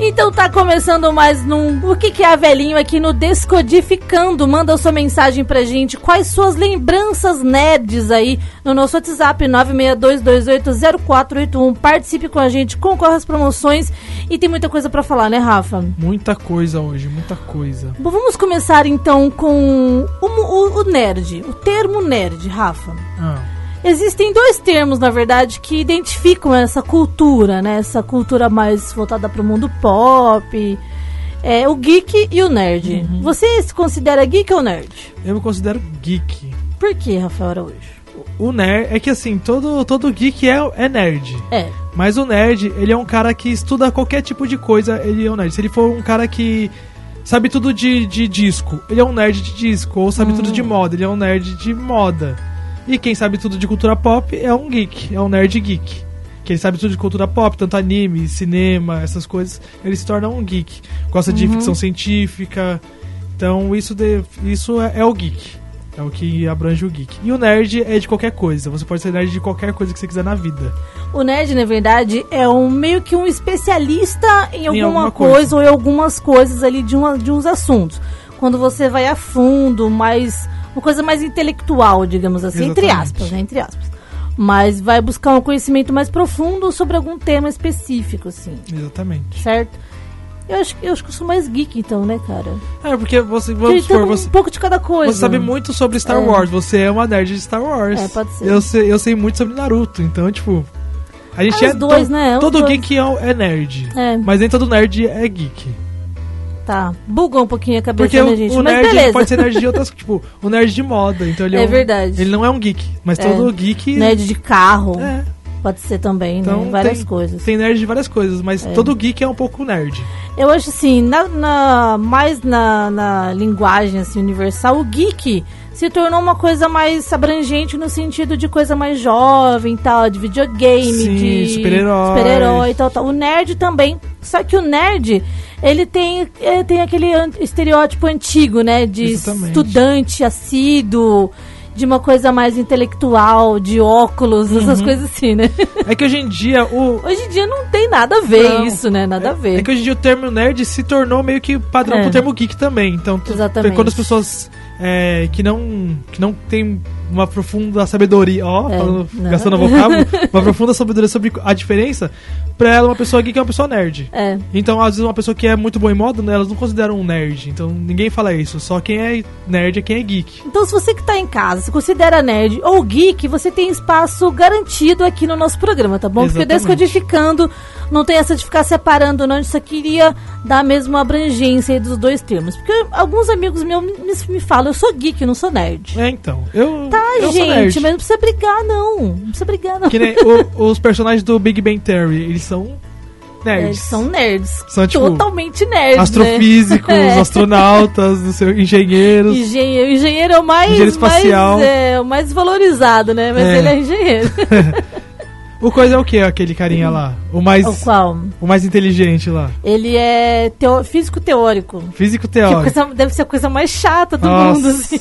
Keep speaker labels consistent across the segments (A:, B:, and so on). A: Então tá começando mais num O que que é velhinho aqui no Descodificando. Manda sua mensagem pra gente. Quais suas lembranças nerds aí no nosso WhatsApp 962280481. Participe com a gente, concorra às promoções e tem muita coisa pra falar, né, Rafa?
B: Muita coisa hoje, muita coisa.
A: Bom, vamos começar então com o, o- o nerd, o termo nerd, Rafa.
B: Ah,
A: Existem dois termos, na verdade, que identificam essa cultura, né? Essa cultura mais voltada para o mundo pop. É o geek e o nerd. Você se considera geek ou nerd?
B: eu me considero geek.
A: Por que, Rafael Araújo?
B: O nerd é que assim, todo, todo geek é, é nerd.
A: É.
B: Mas o nerd, ele é um cara que estuda qualquer tipo de coisa, ele é um nerd. Se ele for um cara que sabe tudo de, de disco, ele é um nerd de disco. Ou sabe tudo de moda, ele é um nerd de moda. E quem sabe tudo de cultura pop é um geek, é um nerd geek. Que ele sabe tudo de cultura pop, tanto anime, cinema, essas coisas, ele se torna um geek. Gosta de ficção científica. Então isso, de- isso é, é o geek. É o que abrange o geek. E o nerd é de qualquer coisa. Você pode ser nerd de qualquer coisa que você quiser na vida.
A: O nerd, na verdade, é um meio que um especialista em alguma,
B: alguma
A: coisa,
B: coisa.
A: ou em algumas coisas ali de, uma, de uns assuntos. Quando você vai a fundo, mais. Uma coisa mais intelectual, digamos assim, entre
B: Exatamente.
A: aspas, né? Entre aspas. Mas vai buscar um conhecimento mais profundo sobre algum tema específico, assim,
B: Exatamente.
A: certo? Eu acho, que- eu acho que eu sou mais geek, então, né, cara?
B: É, porque você,
A: Porque
B: vamos
A: tem
B: supor,
A: um
B: você,
A: pouco de cada coisa.
B: você sabe muito sobre Star
A: É.
B: Wars, você é uma nerd de Star Wars.
A: É, pode ser.
B: Eu sei, eu sei muito sobre Naruto, então, tipo. A gente
A: Ah,
B: é.
A: os dois,
B: to-
A: né? Os
B: Todo
A: dois.
B: geek é, um- é nerd.
A: É.
B: Mas nem todo nerd é geek.
A: Tá. Bugou um pouquinho a cabeça
B: Porque
A: da
B: o,
A: gente.
B: o
A: Mas
B: nerd
A: beleza.
B: pode ser nerd de outras. tipo, o nerd de moda. Então ele é,
A: É
B: um-
A: verdade.
B: Ele não é um geek. Mas todo geek.
A: Nerd de carro.
B: É.
A: Pode ser também, né?
B: Então,
A: Várias
B: tem,
A: coisas.
B: Tem nerd de várias coisas, mas todo geek é um pouco nerd.
A: Eu acho assim, na, na- mais na, na linguagem assim, universal, o geek se tornou uma coisa mais abrangente no sentido de coisa mais jovem e tal, de videogame,
B: Sim,
A: de
B: super-herói.
A: super-herói e tal, tal. O nerd também. Só que o nerd, ele tem, eh, tem aquele an- estereótipo antigo, né? De
B: Exatamente.
A: estudante assíduo, de uma coisa mais intelectual, de óculos,
B: Uhum.
A: essas coisas assim, né?
B: É que hoje em dia o,
A: Hoje em dia não tem nada a ver
B: Não.
A: isso, né? Nada a ver.
B: É que hoje em dia o termo nerd se tornou meio que padrão
A: É.
B: pro termo geek também. Então, tu-
A: Exatamente.
B: quando as pessoas é, que não que não tem uma profunda sabedoria, ó,
A: É,
B: falando-
A: não.
B: gastando vocábulo, uma profunda sabedoria sobre a diferença, pra ela uma pessoa geek é uma pessoa nerd.
A: É.
B: Então, às vezes uma pessoa que é muito boa em moda, né, elas não consideram um nerd. Então, ninguém fala isso. Só quem é nerd é quem é geek.
A: Então, se você que tá em casa se considera nerd ou geek, você tem espaço garantido aqui no nosso programa, tá bom? Porque o
B: Exatamente.
A: Descodificando não tem essa de ficar separando, não. A gente só queria dar a mesma abrangência aí dos dois termos. Porque alguns amigos meus me, me- me falam, eu sou geek, eu não sou nerd.
B: É, então. Eu,
A: Tá,
B: eu sou
A: gente,
B: nerd.
A: mas não precisa brigar, não. Não precisa brigar, não.
B: Que nem o- os personagens do Big Bang Theory, eles são nerds.
A: É, Eles são nerds.
B: São, tipo,
A: totalmente nerds.
B: astrofísicos,
A: né? É.
B: astronautas, não sei, engenheiros.
A: Né? Engenheiro, engenheiro é o mais,
B: Engenheiro espacial.
A: mais, é, o mais valorizado, né? Mas
B: É.
A: ele é engenheiro.
B: O coisa é o que aquele carinha lá? O mais
A: o qual?
B: o mais inteligente lá.
A: Ele é teo- físico teórico.
B: Físico
A: Que
B: teórico.
A: coisa- deve ser a coisa mais chata do
B: Nossa.
A: mundo, assim.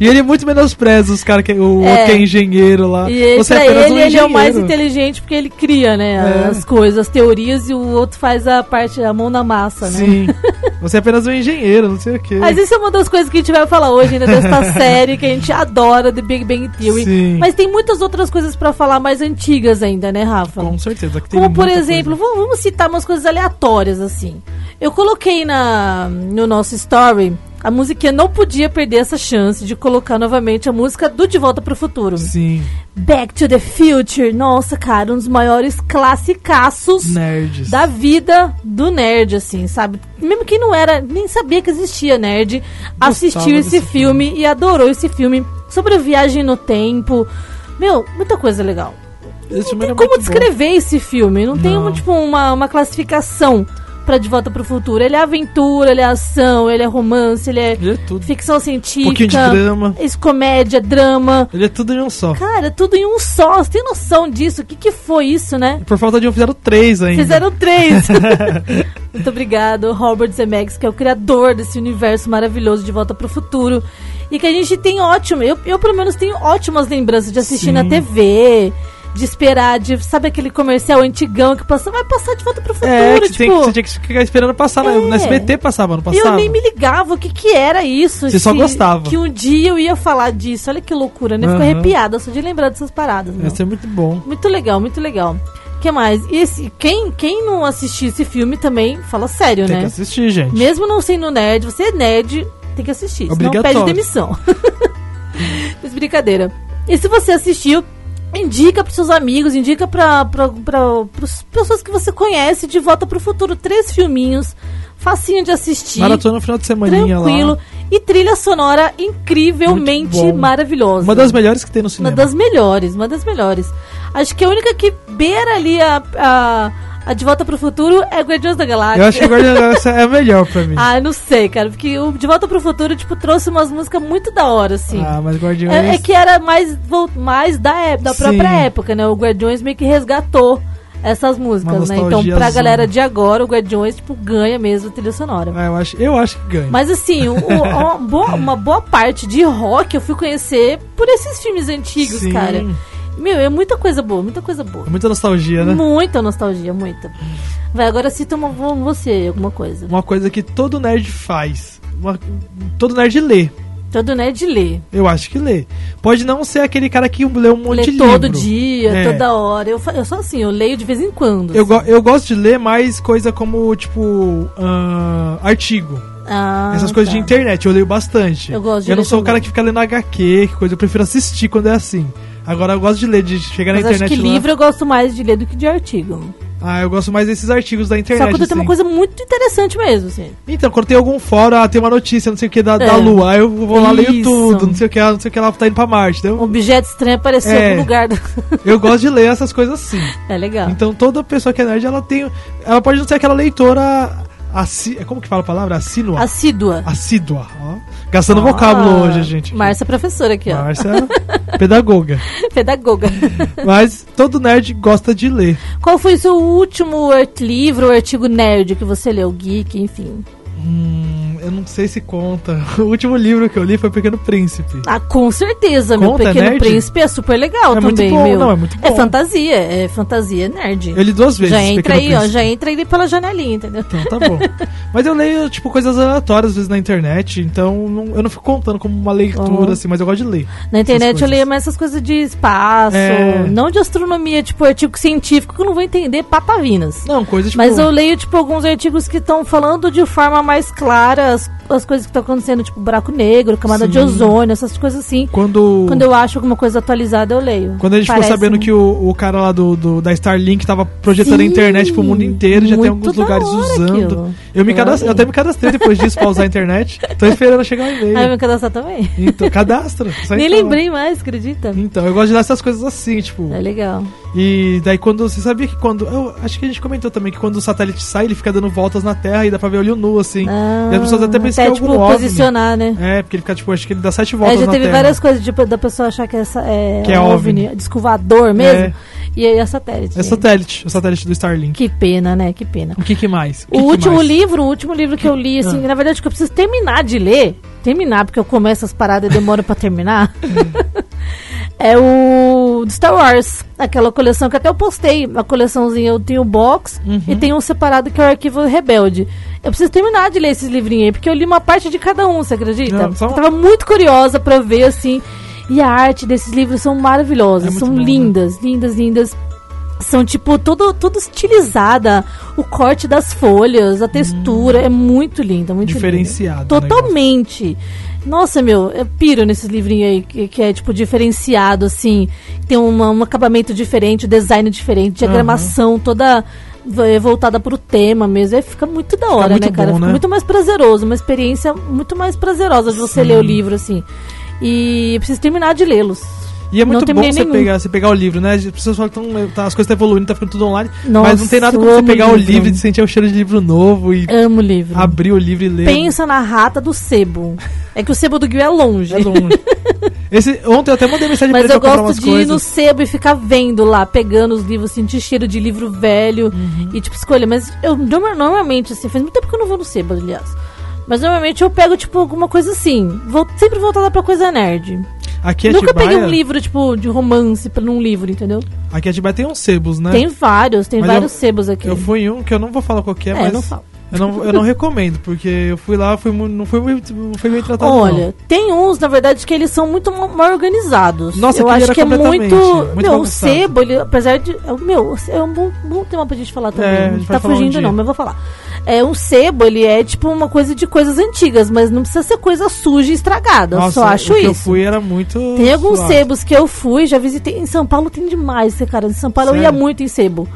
B: E ele é muito menospreza os caras que o
A: É.
B: outro que é engenheiro lá.
A: E ele,
B: Você é
A: pra
B: apenas
A: ele,
B: um
A: ele é o mais
B: engenheiro.
A: inteligente porque ele cria, né?
B: É.
A: As coisas, as teorias, e o outro faz a parte, a mão na massa, né?
B: Sim. Você é apenas um engenheiro, não sei o quê.
A: Mas isso é uma das coisas que a gente vai falar hoje ainda desta série que a gente adora, The Big Bang Theory.
B: Sim.
A: Mas tem muitas outras coisas pra falar mais antigas ainda, né, Rafa?
B: Com certeza. que tem
A: Como, por
B: muita
A: exemplo, vamos, vamos citar umas coisas aleatórias, assim. Eu coloquei na, no nosso story a musiquinha Não Podia Perder Essa Chance de colocar novamente a música do De Volta pro Futuro.
B: coisa. Sim.
A: Back to the Future. Nossa, cara, um dos maiores classicaços
B: Nerds.
A: da vida do nerd, assim, sabe? Mesmo quem não era, nem sabia que existia nerd, assistiu
B: desse
A: esse filme, e adorou esse filme sobre a viagem no tempo. Meu, muita coisa legal.
B: Esse filme
A: Não tem como
B: era muito bom.
A: descrever esse filme. Não, tem
B: Não.
A: um, tipo uma, uma classificação pra De Volta pro Futuro. Ele é aventura, ele é ação, ele é romance, ele é
B: Ele é tudo.
A: ficção
B: Um pouquinho de
A: científica,
B: drama.
A: isso, comédia, drama.
B: Ele é tudo em um só.
A: Cara, tudo em um só. Você tem noção disso? O que, que foi isso, né?
B: Por falta de um fizeram três ainda.
A: Fizeram três. Muito obrigado, Robert Zemeckis, que é o criador desse universo maravilhoso de Volta pro Futuro. E que a gente tem ótimo, eu, eu pelo menos tenho ótimas lembranças de assistir
B: Sim.
A: na TV, de esperar, de. Sabe aquele comercial antigão que passa, vai passar de volta pro futuro?
B: É, que
A: tipo,
B: você, tem que- você tinha que ficar esperando passar. na-
A: É.
B: No SBT passava, não passava?
A: Eu nem me ligava o que que era isso.
B: Você só
A: se-
B: gostava.
A: Que um dia eu ia falar disso. Olha que loucura, né? Fico
B: Aham.
A: arrepiada só de lembrar dessas paradas. né? meu.
B: Ia ser muito bom.
A: Muito legal, muito legal. O que mais? E esse, quem, quem não assistiu esse filme também, fala sério,
B: Tem que
A: né?
B: assistir, gente.
A: Mesmo não sendo nerd, você é nerd, tem que assistir. Senão
B: Obrigatório.
A: pede demissão. Mas brincadeira. E se você assistiu, indica pros seus amigos, indica pra, pra, pra, pros pessoas que você conhece de Volta pro Futuro. Três filminhos, facinho de assistir,
B: Maratona no final de semaninha
A: tranquilo.
B: lá.
A: E trilha sonora incrivelmente
B: Muito bom.
A: maravilhosa.
B: Uma das melhores que tem no
A: Uma
B: cinema.
A: das melhores, uma das melhores. Acho que a única que beira ali a, a, a De Volta pro Futuro é Guardiões da Galáxia.
B: Eu acho que o Guardiões da Galáxia é a melhor pra mim.
A: Ah, eu não sei, cara, porque o De Volta pro Futuro, tipo, trouxe umas músicas muito da hora, assim.
B: Ah, mas Guardiões...
A: é, é que era mais, vol- mais da, ép- da
B: Sim.
A: própria época, né? O Guardiões meio que resgatou essas músicas,
B: Uma assim.
A: né? Então, pra
B: nostalgiazona.
A: galera de agora, o Guardiões, tipo, ganha mesmo a trilha sonora.
B: Ah, eu, acho, eu acho que ganha.
A: Mas assim, o- o- uma, boa, uma boa parte de rock eu fui conhecer por esses filmes antigos,
B: Sim.
A: cara. Meu, é muita coisa boa, muita coisa boa.
B: É Muita nostalgia, né?
A: Muita nostalgia, muita. Vai, agora cita uma, você, alguma coisa.
B: Uma coisa que todo nerd faz. Uma- Todo nerd lê.
A: Todo né, nerd lê.
B: Eu acho que lê. Pode não ser aquele cara que lê um monte
A: lê
B: de livro.
A: todo dia,
B: É.
A: toda hora. Eu, fa- eu sou assim, eu leio de vez em quando.
B: Eu, go- eu gosto de ler mais coisa como, tipo, ah, artigo.
A: Ah,
B: Essas coisas
A: tá.
B: de internet, eu leio bastante.
A: Eu gosto de
B: Eu não
A: ler
B: sou o
A: também.
B: cara que fica lendo HQ, que coisa. Eu prefiro assistir quando é assim. Agora eu gosto de ler, de chegar
A: Mas
B: na
A: acho
B: internet
A: que
B: lá.
A: livro eu gosto mais de ler do que de artigo.
B: Ah, eu gosto mais desses artigos da internet.
A: Só quando tem uma
B: assim.
A: coisa muito interessante mesmo, assim.
B: Então, quando tem algum fórum, ah, tem uma notícia, não sei o que, da, da
A: É.
B: Lua, aí eu vou lá, leio
A: Isso.
B: tudo, não sei o que, ah, não sei o que, ela tá indo pra Marte.
A: Um
B: Então,
A: objeto estranho apareceu em
B: É.
A: algum lugar. Do...
B: eu gosto de ler essas coisas assim.
A: é legal.
B: Então, toda pessoa que é nerd, ela tem. Ela pode não ser aquela leitora. Assi... Como que fala a palavra? Assínua.
A: Assídua.
B: Assídua. ó. Gastando
A: Ah,
B: vocábulo hoje, gente.
A: Márcia é professora aqui, ó.
B: Márcia pedagoga.
A: Pedagoga.
B: Mas todo nerd gosta de ler.
A: Qual foi o seu último art- livro ou artigo nerd que você leu? Geek, enfim.
B: Hum, eu não sei se conta. O último livro que eu li foi Pequeno Príncipe.
A: Ah, com certeza, meu
B: Conta,
A: Pequeno
B: nerd?
A: Príncipe é super legal
B: É muito
A: também,
B: bom,
A: meu.
B: não, é muito bom.
A: fantasia, é fantasia nerd.
B: Eu li duas vezes.
A: já entra
B: Pequeno
A: aí, ó,
B: Príncipe.
A: já entra aí pela janelinha, entendeu?
B: Então tá bom. Mas eu leio, tipo, coisas aleatórias às vezes na internet, então não- eu não fico contando como uma leitura,
A: Uhum.
B: assim, mas eu gosto de ler.
A: Na internet eu
B: coisas.
A: leio mais essas coisas de espaço,
B: É.
A: não de astronomia, tipo artigo científico que eu não vou entender papavinas.
B: Não, coisas tipo.
A: Mas eu leio, tipo, alguns artigos que estão falando de forma mais clara as, as coisas que estão acontecendo, tipo, buraco negro, camada de
B: Sim.
A: ozônio, essas coisas assim.
B: Quando.
A: Quando eu acho alguma coisa atualizada, eu leio.
B: Quando a gente ficou
A: Parece
B: sabendo
A: um-
B: que o, o cara lá do, do- da Starlink tava projetando
A: Sim,
B: a internet pro mundo inteiro, já tem
A: muito
B: alguns
A: da
B: lugares
A: hora
B: usando.
A: aquilo.
B: Eu, me
A: Eu
B: cadast...
A: amei.
B: eu até me cadastrei depois disso pra usar a internet. Tô esperando chegar o
A: Ah, eu
B: e-mail.
A: me cadastrar também.
B: Então, cadastra. só
A: Nem
B: entra lá.
A: lembrei mais, acredita?
B: Então, eu gosto de dar essas coisas assim, tipo.
A: É legal.
B: E daí quando. Você sabia que quando. Eu acho que a gente comentou também que quando o satélite sai, ele fica dando voltas na Terra e dá pra ver olho nu, assim.
A: Ah,
B: e as pessoas até pensam
A: até,
B: que é
A: tipo,
B: algum OVNI.
A: posicionar, né?
B: É, porque ele fica, tipo, acho que ele dá sete
A: É,
B: voltas
A: já
B: na
A: teve
B: Terra.
A: várias coisas tipo, da pessoa achar que essa é,
B: Que é
A: OVNI,
B: OVNI.
A: disco voador mesmo. E aí é satélite.
B: É satélite, o satélite do Starlink.
A: Que pena, né? Que pena.
B: O que que mais?
A: O
B: que que
A: último
B: mais? Ah.
A: livro, o último livro que eu li, assim, na verdade que eu preciso terminar de ler, terminar, porque eu começo as paradas e demoro pra terminar. é o do Star Wars, aquela coleção que até eu postei, a coleçãozinha, eu tenho o box
B: Uhum.
A: e tem um separado que é o arquivo Rebelde. Eu preciso terminar de ler esses livrinhos aí, porque eu li uma parte de cada um, você acredita?
B: Não, só
A: Eu
B: um-
A: tava muito curiosa pra ver assim. E a arte desses livros são maravilhosas,
B: É muito
A: são
B: bom, né?
A: lindas, lindas, lindas. São, tipo, todo, todo estilizada. O corte das folhas, a textura. É muito linda, muito
B: Diferenciado,
A: linda.
B: né,
A: Totalmente. Nossa, meu, eu piro nesses livrinhos aí que, que é, tipo, diferenciado, assim. Tem uma- um acabamento diferente, um design diferente, diagramação toda v- voltada pro tema mesmo. Aí fica muito da hora,
B: muito
A: né, cara?
B: bom,
A: fica
B: né?
A: muito mais prazeroso, uma experiência muito mais prazerosa de você
B: Sim.
A: ler o livro, assim. E eu preciso terminar de lê-los.
B: E é
A: Não
B: muito bom
A: terminei
B: você
A: nenhum.
B: pegar, você pegar o livro, né? As pessoas falam que tão- tá- as coisas estão evoluindo, tá ficando tudo online. mas não
A: Nossa,
B: tem nada como
A: eu
B: você
A: amo
B: pegar o
A: livro.
B: livro e sentir o cheiro de livro novo e
A: Amo o livro.
B: abrir o livro e ler.
A: Pensa na rata do sebo. É que o sebo do Gil é longe.
B: É longe. Esse, ontem eu até mandei mensagem
A: Mas
B: pra
A: eu
B: ele pra comprar
A: gosto
B: umas
A: de ir
B: coisas.
A: no sebo e ficar vendo lá, pegando os livros, sentir cheiro de livro velho
B: Uhum.
A: e tipo escolher. Mas eu norma- normalmente, assim, faz muito tempo que eu não vou no sebo, aliás. Mas normalmente eu pego, tipo, alguma coisa assim. Vou, sempre voltada pra coisa nerd.
B: Aqui em
A: Nunca peguei um
B: Atibaia-
A: livro, tipo, de romance pra- num livro, entendeu?
B: Aqui em Atibaia tem uns sebos, né?
A: Tem um vários, tem
B: Mas
A: vários
B: eu-
A: sebos aqui.
B: Eu fui em um que eu não vou falar qual que é,
A: É,
B: mas
A: não fala.
B: Eu, não, eu não recomendo, porque eu fui lá, fui, mu- não fui muito, não fui bem tratado.
A: Olha,
B: não.
A: tem uns, na verdade, que eles são muito ma- mal organizados.
B: Nossa,
A: eu acho
B: aquele era
A: que é
B: completamente,
A: muito.
B: muito
A: meu, o
B: bagunçado.
A: sebo, ele, apesar de. é o Meu, é um bom, bom tema pra gente falar também.
B: É, a
A: não
B: gente
A: tá
B: vai falar um
A: fugindo,
B: dia.
A: não, mas eu vou falar. É, um sebo, ele é tipo uma coisa de coisas antigas, mas não precisa ser coisa suja e estragada.
B: Nossa,
A: eu só acho
B: o que eu
A: isso.
B: fui era muito.
A: Tem alguns
B: suado.
A: sebos que eu fui, já visitei. Em São Paulo tem demais, né, cara. Em São Paulo eu ia
B: Sério?
A: muito em sebo.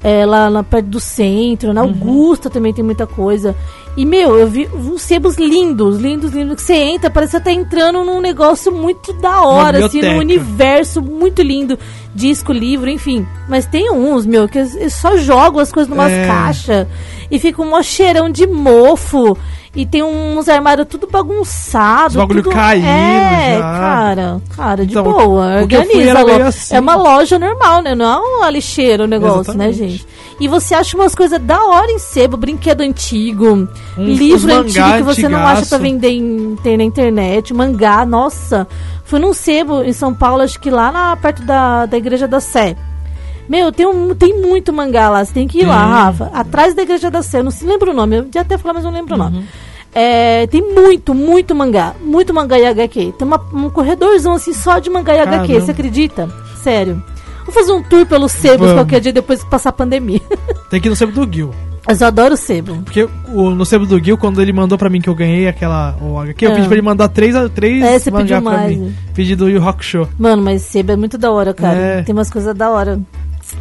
A: É, lá, lá perto do centro,
B: Uhum.
A: na Augusta também tem muita coisa. E, meu, eu vi uns sebos lindos, lindos, lindos, que você entra, parece que você tá entrando num negócio muito da hora, assim, num
B: biblioteca.
A: universo muito lindo. Disco, livro, enfim. Mas tem uns, meu, que eles só jogam as coisas numas
B: É.
A: caixas e fica um mó cheirão de mofo. E tem uns armários tudo bagunçado.
B: Os bagulho
A: tudo...
B: caído
A: É,
B: já.
A: cara, cara, de
B: Então,
A: boa.
B: o que eu fui
A: Organiza.
B: era meio
A: lo-
B: assim.
A: É uma loja normal, né? Não é uma lixeira o negócio,
B: Exatamente.
A: né, gente? E você acha umas coisas da hora em sebo, brinquedo antigo,
B: Uns- uns
A: livro
B: Um, mangá
A: antigo que você não acha pra
B: antigaço.
A: vender em, tem na internet, mangá, nossa. Fui num sebo em São Paulo, acho que lá na, perto da, da Igreja da Sé. Meu, tem, um- tem muito mangá lá, você tem que ir lá,
B: Tem.
A: Rafa. Atrás da Igreja da Sé, eu não se lembro o nome, eu ia até falar, mas eu não lembro
B: Uhum.
A: o nome. É, tem muito, muito mangá, muito mangá e HQ. Tem uma- um corredorzão assim só de mangá e HQ,
B: Caramba.
A: você acredita? Sério. Vou fazer um tour pelos sebos
B: Vamos.
A: qualquer dia depois que passar a pandemia.
B: Tem que ir no sebo do Gil.
A: Mas eu adoro sebo.
B: Porque o, no sebo do Gil, quando ele mandou pra mim que eu ganhei aquela o HQ, eu
A: Ah.
B: pedi pra ele mandar três, três
A: É, você
B: mangá
A: pediu
B: pra
A: mais,
B: mim.
A: né?
B: Pedi do Yu Rock Show.
A: Mano, mas sebo é muito da hora, cara.
B: É.
A: Tem umas coisas da hora.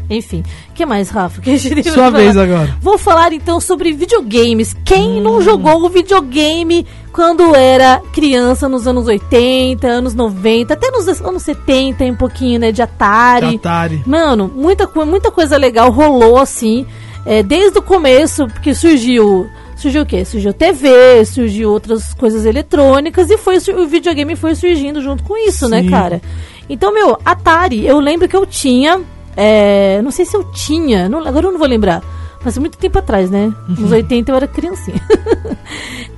A: Enfim. O que mais, Rafa? Que a gente vai
B: Sua
A: falar?
B: vez Hum. agora.
A: Vou falar então sobre videogames. Quem não jogou o videogame quando era criança, nos anos 80, anos 90, até nos anos 70, um pouquinho, né, de Atari.
B: Atari.
A: Mano, muita, co- muita coisa legal rolou assim. é, desde o começo, porque surgiu. Surgiu o quê? Surgiu TV, surgiu outras coisas eletrônicas e foi sur- o videogame foi surgindo junto com isso, né,
B: Sim.
A: cara? Então, meu, Atari, eu lembro que eu tinha. é, não sei se eu tinha, não- agora eu não vou lembrar. Mas é muito tempo atrás, né?
B: Uhum.
A: Nos 80 eu era criancinha.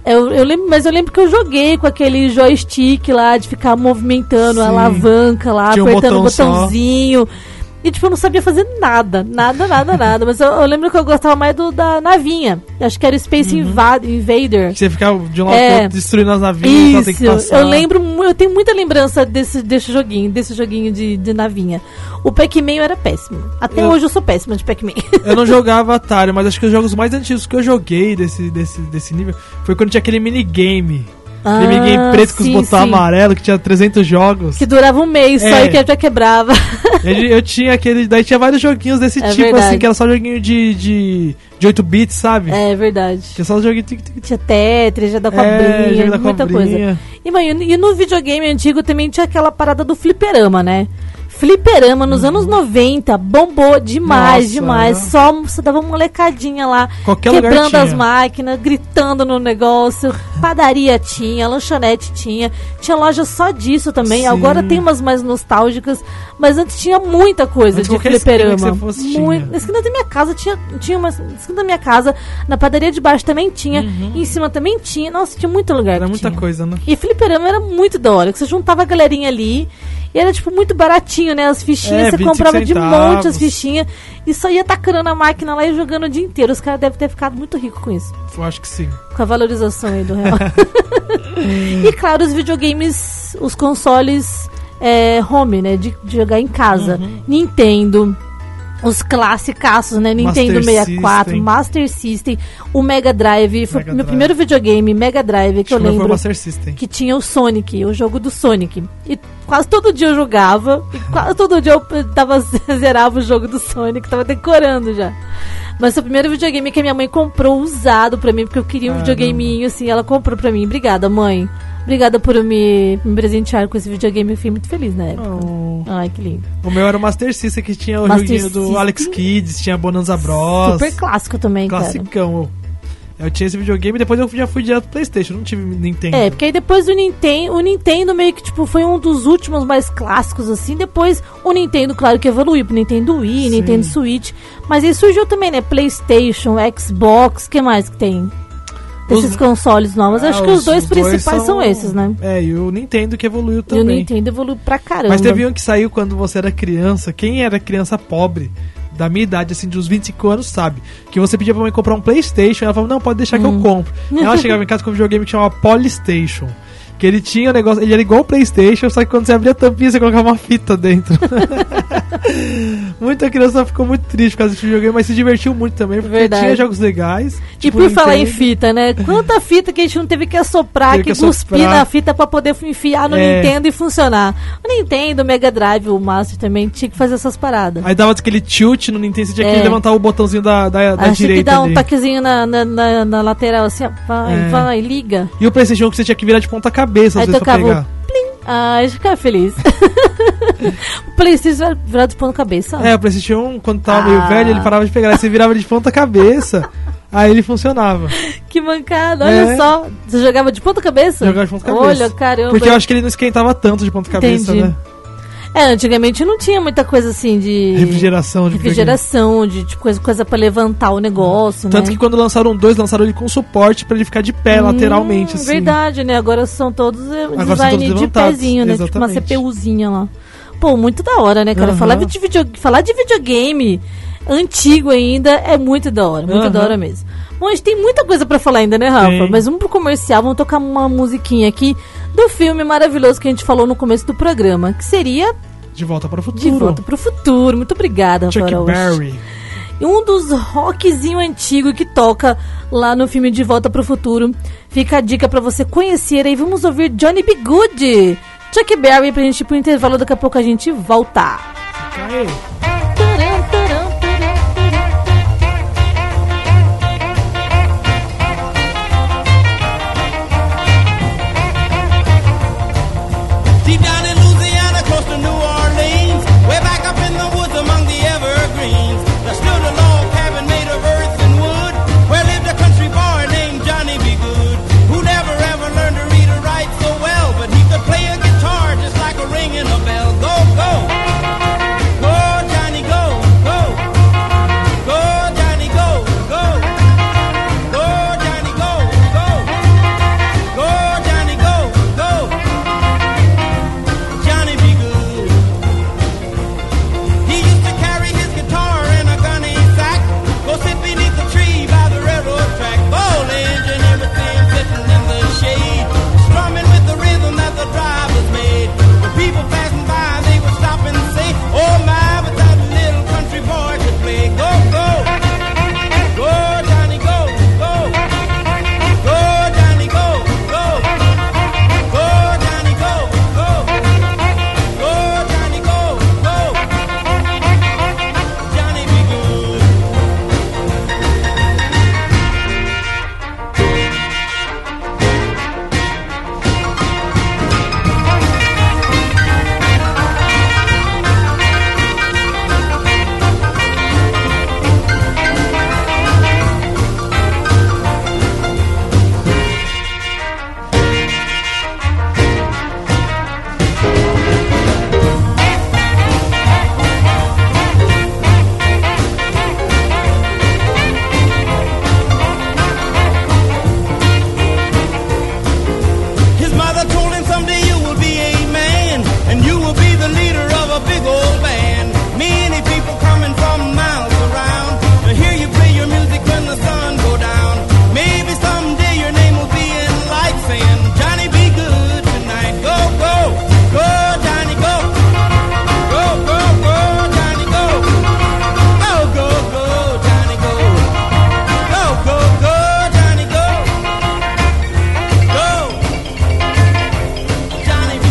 A: Eu, eu lembro, mas eu lembro que eu joguei com aquele joystick lá, de ficar movimentando a
B: Sim.
A: alavanca lá,
B: Tinha um
A: apertando o
B: botão só.
A: botãozinho. E tipo, eu não sabia fazer nada, nada, nada, nada. Mas eu, eu lembro que eu gostava mais do da navinha. Acho que era o Space
B: Uhum.
A: Invad- Invader.
B: Que você ficava de um lado
A: É.
B: pro outro destruindo as navinhas, só tem que
A: Isso,
B: passar.
A: eu lembro, mu- eu tenho muita lembrança desse, desse joguinho, desse joguinho de, de navinha. O Pac-Man eu era péssimo. Até
B: Eu-
A: hoje eu sou péssima de Pac-Man.
B: Eu não jogava Atari, mas acho que os jogos mais antigos que eu joguei desse, desse, desse nível foi quando tinha aquele minigame.
A: Ah,
B: aquele minigame preto com os
A: sim,
B: botões
A: sim.
B: amarelos, que tinha 300 jogos.
A: Que durava um mês só
B: É.
A: e que já quebrava.
B: Eu, eu tinha aquele. Daí tinha vários joguinhos desse
A: É
B: tipo,
A: verdade.
B: assim, que era só joguinho de, de, de 8 bits, sabe?
A: É verdade.
B: Tinha só joguinho. tic, tic, tic,
A: Tinha Tetris, já da
B: É,
A: cobrinha,
B: jogo da
A: muita
B: cobrinha.
A: coisa. E, mãe, e no videogame antigo também tinha aquela parada do fliperama, né? Fliperama nos anos 90 bombou demais,
B: Uhum. Nossa,
A: demais.
B: é.
A: Só você dava uma molecadinha lá,
B: Qualquer lugar
A: quebrando
B: tinha.
A: as máquinas, gritando no negócio. Padaria tinha, lanchonete tinha, tinha loja só disso também.
B: Sim.
A: Agora tem umas mais nostálgicas, mas antes tinha muita coisa
B: Antes
A: de
B: qualquer esquina
A: fliperama.
B: que você fosse, tinha.
A: Muito- na esquina da minha casa tinha, tinha uma na esquina da minha casa, na padaria de baixo também tinha, em cima também tinha. Nossa, tinha muito lugar.
B: Uhum. Era
A: que
B: muita
A: tinha.
B: coisa, né?
A: E fliperama era muito da hora, que você juntava a galerinha ali e era tipo muito baratinho, né? As fichinhas,
B: É,
A: você
B: 25
A: comprava de monte as
B: centavos.
A: fichinhas e só ia tacando a máquina lá e jogando o dia inteiro. Os caras devem ter ficado muito ricos com isso,
B: Eu acho que sim.
A: com a valorização aí do real. e claro, os videogames, os consoles é, home, né? De, de jogar em casa.
B: Uhum.
A: Nintendo. Os classicaços, né? Nintendo
B: Master
A: 64,
B: System.
A: Master System, o Mega Drive. Foi
B: Mega
A: o meu
B: Drive.
A: primeiro videogame, Mega Drive, que
B: Acho
A: eu
B: que foi o
A: lembro
B: Master System.
A: que tinha o Sonic, o jogo do Sonic. E quase todo dia eu jogava, e quase todo dia eu tava, zerava o jogo do Sonic, tava decorando já. Mas foi o primeiro videogame que a minha mãe comprou usado pra mim, porque eu queria um
B: Caramba.
A: videogameinho, assim, ela comprou pra mim. Obrigada, mãe. Obrigada por me, me presentear com esse videogame, eu fiquei muito feliz na época.
B: Oh.
A: Ai, que lindo.
B: O meu era o Master System, que tinha o
A: Master
B: joguinho do
A: System.
B: Alex Kids, tinha Bonanza Bros.
A: Super clássico também, cara.
B: classicão. Eu tinha esse videogame e depois eu já fui direto pro Playstation, não tive Nintendo.
A: É, porque aí depois o Nintendo, o Nintendo meio que tipo foi um dos últimos mais clássicos assim. Depois o Nintendo, claro que evoluiu pro Nintendo Wii,
B: Sim.
A: Nintendo Switch, mas aí surgiu também, né, PlayStation, Xbox, que mais que tem? desses consoles novos.
B: Ah,
A: Acho que
B: os-
A: os dois
B: os dois
A: principais são...
B: são-
A: esses, né?
B: É, e o Nintendo que evoluiu
A: E o
B: também.
A: Nintendo evoluiu pra caramba.
B: Mas teve um que saiu quando você era criança. Quem era criança pobre, da minha idade, assim, de uns 25 anos, sabe? Que você pedia pra mãe comprar um Playstation, ela falava, não, pode deixar que
A: Hum.
B: eu compro. Ela chegava em casa com um videogame que chamava Polystation. Que ele tinha um negócio, ele era igual o Playstation, só que quando você abria a tampinha, você colocava uma fita dentro. Muita criança ficou muito triste por causa desse videogame, mas se divertiu muito também, porque
A: Verdade.
B: tinha jogos legais.
A: E
B: tipo
A: por falar em
B: Nintendo.
A: fita, né? Quanta fita que a gente não teve que assoprar,
B: Teve
A: que,
B: que
A: cuspir
B: assoprar.
A: na fita pra poder enfiar no
B: É.
A: Nintendo e funcionar. O Nintendo, o Mega Drive, o Master também tinha que fazer essas paradas.
B: Aí dava aquele tilt no Nintendo, você tinha que
A: É.
B: levantar o botãozinho da, da, da
A: Acho que
B: direita
A: dá um
B: ali.
A: taquezinho na, na, na- na lateral, assim, ó, vai,
B: É.
A: vai, liga.
B: E o Playstation um que você tinha que virar de ponta cabeça, às
A: Aí
B: vezes, pra
A: tocava o
B: pegar.
A: plim. Ah, eu ficava feliz. o Playstation era virado de ponta cabeça.
B: É, o Playstation, quando tava meio
A: Ah.
B: velho, ele parava de pegar. Aí você virava de ponta cabeça, aí ele funcionava.
A: Que mancada, olha
B: É.
A: só. Você jogava de ponta cabeça?
B: Jogava de ponta cabeça.
A: Olha, caramba.
B: Porque eu acho que ele não esquentava tanto de ponta cabeça,
A: Entendi.
B: né?
A: É, antigamente não tinha muita coisa assim de...
B: Refrigeração de
A: refrigeração, de, de coisa, coisa pra levantar o negócio,
B: videogame. Tanto
A: né?
B: que quando lançaram dois, lançaram ele com suporte pra ele ficar de pé lateralmente,
A: Hum,
B: assim.
A: Verdade, né? Agora são todos é,
B: Agora são
A: design
B: todos
A: de
B: levantados,
A: pezinho, né? Tipo uma
B: exatamente.
A: CPUzinha lá. Pô, muito da hora, né, cara?
B: Aham.
A: Falar, de video... Falar de videogame antigo ainda é muito da hora, muito
B: Aham.
A: da hora mesmo. Bom, a gente tem muita coisa pra falar ainda, né, Rafa?
B: Tem.
A: Mas vamos pro comercial, vamos tocar uma musiquinha aqui do filme maravilhoso que a gente falou no começo do programa, que seria
B: De volta para o futuro.
A: De Volta pro Futuro. Muito obrigada, Rafa
B: Chuck
A: Araújo.
B: Berry.
A: E um dos rockzinho antigo que toca lá no filme De Volta pro Futuro. Fica a dica pra você conhecer aí. Vamos ouvir Johnny B. Good, Chuck Berry pra gente ir pro intervalo. Daqui a pouco a gente volta.
B: Aí.
C: Deep down in Louisiana, close to New Orleans, way back up in the woods among the evergreens, there stood a log cabin made of earth and wood, where lived a country boy named Johnny B. Good, who never ever learned to read or write so well, but he could play a guitar just like a ring in a bell. Go, go, go, Johnny, go, go, go, Johnny, go, go, go, Johnny, go, go, go, Johnny, go, go. Johnny B. Good. He used to carry his guitar in a gunny sack, go sit beneath the tree by the railroad track, bowling and everything, sitting in the shade, strumming with the rhythm that the drivers made. The people passing by, they would stop and say, Oh my, but that little country boy could play. Go, go, go, Johnny, go, go, go, Johnny, go, go, go, Johnny, go, go. Go, Johnny, go, go. Johnny, be good. His mother told him someday you will be a man and you will be the leader of a big old band. Many people coming from miles around to hear you play your music when the sun go down. Maybe someday your name will be in lights saying Johnny be good tonight. Go go go Johnny go go go go Johnny go go go go Johnny go go go go Johnny go go. Johnny B.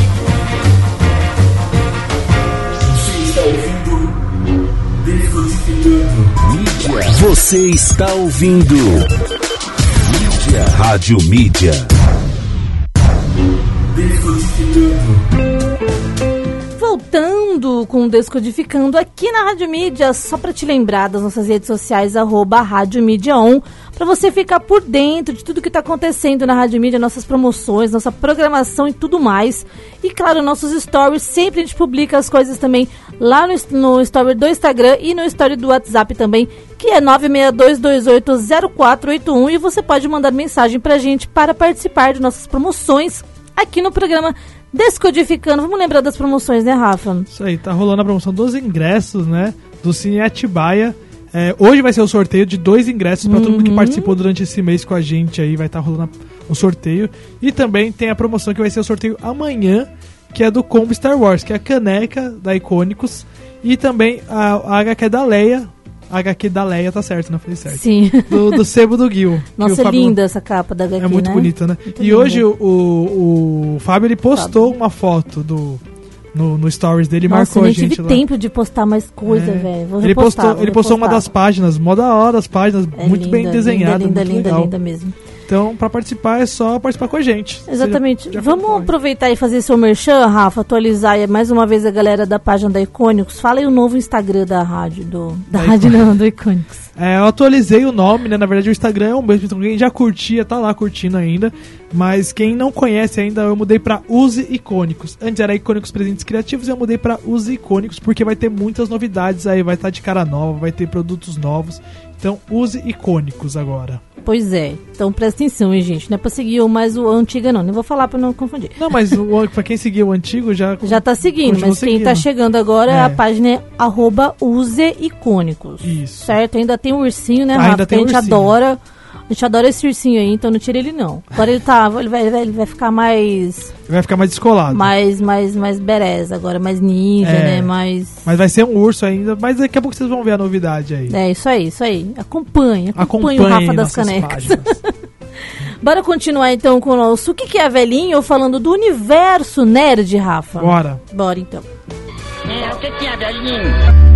D: Você está ouvindo Mídia, Rádio Mídia.
A: Voltando com o Descodificando aqui na Rádio Mídia, só para te lembrar das nossas redes sociais, arroba Rádio Mídia On, para você ficar por dentro de tudo que está acontecendo na Rádio Mídia, nossas promoções, nossa programação e tudo mais. E claro, nossos stories, sempre a gente publica as coisas também lá no, no story do Instagram e no story do WhatsApp também. que é 962280481 e você pode mandar mensagem pra gente para participar de nossas promoções aqui no programa Descodificando. Vamos lembrar das promoções, né, Rafa?
B: Isso aí, tá rolando a promoção dos ingressos, né? Do Cine Atibaia. É, hoje vai ser o sorteio de dois ingressos pra todo mundo
A: Uhum.
B: que participou durante esse mês com a gente aí. Vai estar rolando a- o sorteio. E também tem a promoção que vai ser o sorteio amanhã, que é do Combo Star Wars, que é a caneca da Icônicos. E também a, a HQ da Leia. A HQ da Leia, tá certo, não falei certo.
A: Sim.
B: Do, do Sebo do Gil. que o
A: Nossa, é
B: Fábio-
A: linda essa capa da HQ,
B: É muito
A: né?
B: bonita, né?
A: Muito
B: e
A: linda.
B: hoje o, o, o Fábio ele postou uma foto do no, no stories dele e
A: Nossa,
B: marcou
A: eu
B: a
A: nem
B: gente
A: tive
B: lá.
A: tempo de postar mais coisa,
B: É.
A: velho. Vou
B: Ele
A: repostar,
B: postou,
A: vou
B: ele postou uma
A: repostar.
B: das páginas, mó da hora as páginas,
A: É
B: muito bem
A: linda,
B: desenhada,
A: Linda,
B: muito
A: linda, linda,
B: legal.
A: linda mesmo.
B: Então, pra participar é só participar com a gente. Você
A: Exatamente.
B: já- já
A: Vamos
B: concorre.
A: aproveitar e fazer seu merchan, Rafa, atualizar aí mais uma vez a galera da página da Icônicos. Fala aí o novo Instagram da rádio, do... Da, rádio não, do Icônicos.
B: É, eu atualizei o nome, né? Na verdade, o Instagram é o mesmo. Então, quem já curtia, tá lá curtindo ainda. Mas quem não conhece ainda, eu mudei pra Use Icônicos. Antes era Icônicos Presentes Criativos, eu mudei pra Use Icônicos, porque vai ter muitas novidades aí. Vai estar de cara nova, vai ter produtos novos. Então, Use Icônicos agora.
A: Pois é. Então presta atenção, hein, gente. Não é pra seguir o mais o antiga, não. Nem vou falar pra não confundir.
B: Não, mas o, pra quem seguiu o antigo, já...
A: Já tá seguindo,
B: Continua
A: mas quem tá
B: seguindo.
A: chegando agora é a
B: É.
A: página é arroba use icônicos.
B: Isso.
A: Certo? Ainda tem o ursinho, né,
B: Ah,
A: Rafa?
B: ainda tem
A: a gente
B: o ursinho.
A: adora. A gente adora esse ursinho aí, então não tira ele não. Agora ele tá. Ele vai, ele vai- ele vai ficar mais.
B: Vai ficar mais descolado.
A: Mais, mais, mais bereza agora, mais ninja,
B: É.
A: né? Mais.
B: Mas vai ser um urso ainda. Mas daqui a pouco vocês vão ver a novidade aí.
A: É, isso aí, isso aí. Acompanhe, acompanhe,
B: Acompanhe
A: o Rafa
B: aí
A: das
B: nossas
A: Canecas.
B: páginas.
A: Bora continuar então com o nosso. O que, que é a velhinha? Ou falando do universo nerd, Rafa?
B: Bora.
A: Bora então.
E: É, o que que é, velhinho?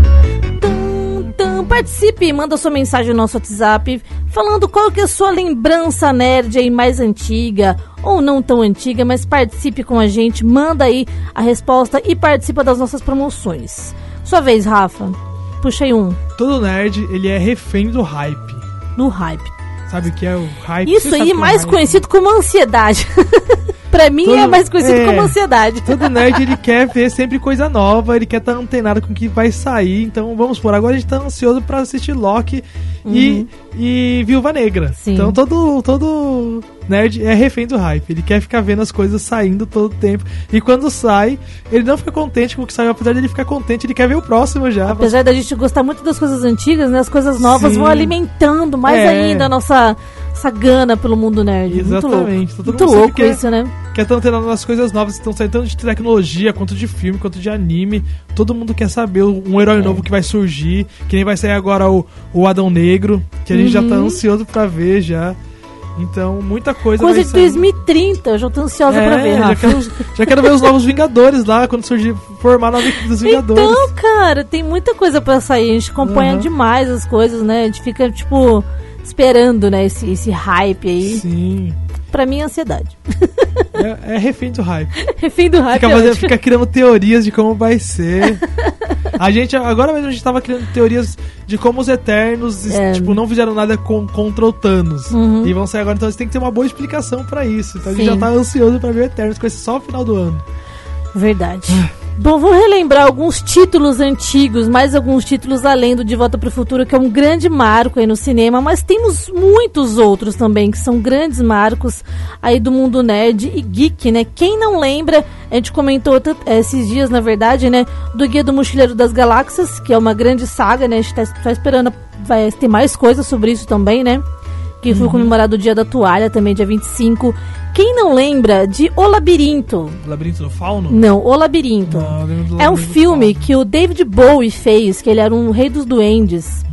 A: Então, participe, manda sua mensagem no nosso WhatsApp falando qual que é a sua lembrança nerd aí mais antiga ou não tão antiga, mas participe com a gente, manda aí a resposta e participa das nossas promoções. Sua vez, Rafa. Puxei um
B: Todo nerd, ele é refém do hype.
A: no hype.
B: Sabe o que é o hype?
A: Isso
B: Você sabe
A: aí,
B: o que é
A: mais
B: hype?
A: conhecido como ansiedade. pra mim é
B: Todo-
A: mais conhecido
B: é.
A: como ansiedade.
B: Todo nerd, ele quer ver sempre coisa nova, ele quer estar antenado com o que vai sair. Então, vamos por agora, a gente tá ansioso pra assistir Loki e, e Viúva Negra.
A: Uhum. Sim.
B: Então, todo, todo nerd é refém do hype. Ele quer ficar vendo as coisas saindo todo tempo. E quando sai, ele não fica contente com o que saiu, apesar de ele ficar contente, ele quer ver o próximo já.
A: Apesar da gente gostar muito das coisas antigas, né? As coisas novas
B: Sim.
A: vão alimentando mais
B: É.
A: ainda a nossa essa gana pelo mundo nerd.
B: Exatamente.
A: Muito louco,
B: Todo
A: Muito
B: mundo é
A: louco
B: sempre quer-
A: isso, né?
B: Quer estar antenado nas coisas novas que estão saindo, tanto de tecnologia, quanto de filme, quanto de anime. Todo mundo quer saber um herói novo que vai surgir, que nem vai sair agora o, o Adão Negro, que a gente já tá
A: Uhum.
B: ansioso pra ver já. Então, muita coisa
A: Coisa
B: vai
A: de
B: sair.
A: 2030, eu já tô ansiosa
B: é,
A: pra ver,
B: já
A: Rafa.
B: quero, já quero ver os novos Vingadores lá, quando surgir, formar a nova equipe dos Vingadores.
A: Então, cara, tem muita coisa pra sair. A gente acompanha
B: Aham.
A: demais as coisas, né? A gente fica, tipo, esperando, né? Esse, esse hype aí.
B: Sim.
A: Pra mim, é ansiedade.
B: É, é refém do hype.
A: Refém do hype.
B: Fica,
A: é
B: fazendo,
A: ótimo.
B: fica criando teorias de como vai ser. A gente, agora mesmo, a gente tava criando teorias de como os Eternos, es-
A: É.
B: tipo, não fizeram nada com, contra o Thanos. E vão sair agora, então a gente tem que ter uma boa explicação pra isso. Então a
A: Uhum. Sim.
B: gente já tá ansioso pra ver o Eternos, com esse só o final do ano.
A: Verdade. Bom, vou relembrar alguns títulos antigos, mais alguns títulos além do De Volta para o Futuro, que é um grande marco aí no cinema, mas temos muitos outros também que são grandes marcos aí do mundo nerd e geek, né? Quem não lembra, a gente comentou t- eh, esses dias, na verdade, né, do Guia do Mochileiro das Galáxias, que é uma grande saga, né? A gente tá, tá esperando, vai ter mais coisas sobre isso também, né? que foi comemorado o Dia da Toalha, também dia 25. Quem não lembra de O Labirinto?
B: O Labirinto do Fauno?
A: Não, O Labirinto.
B: Não, eu lembro do
A: Hum. É um
B: Labirinto do
A: filme
B: Fauno.
A: que o David Bowie fez, que ele era um rei dos duendes.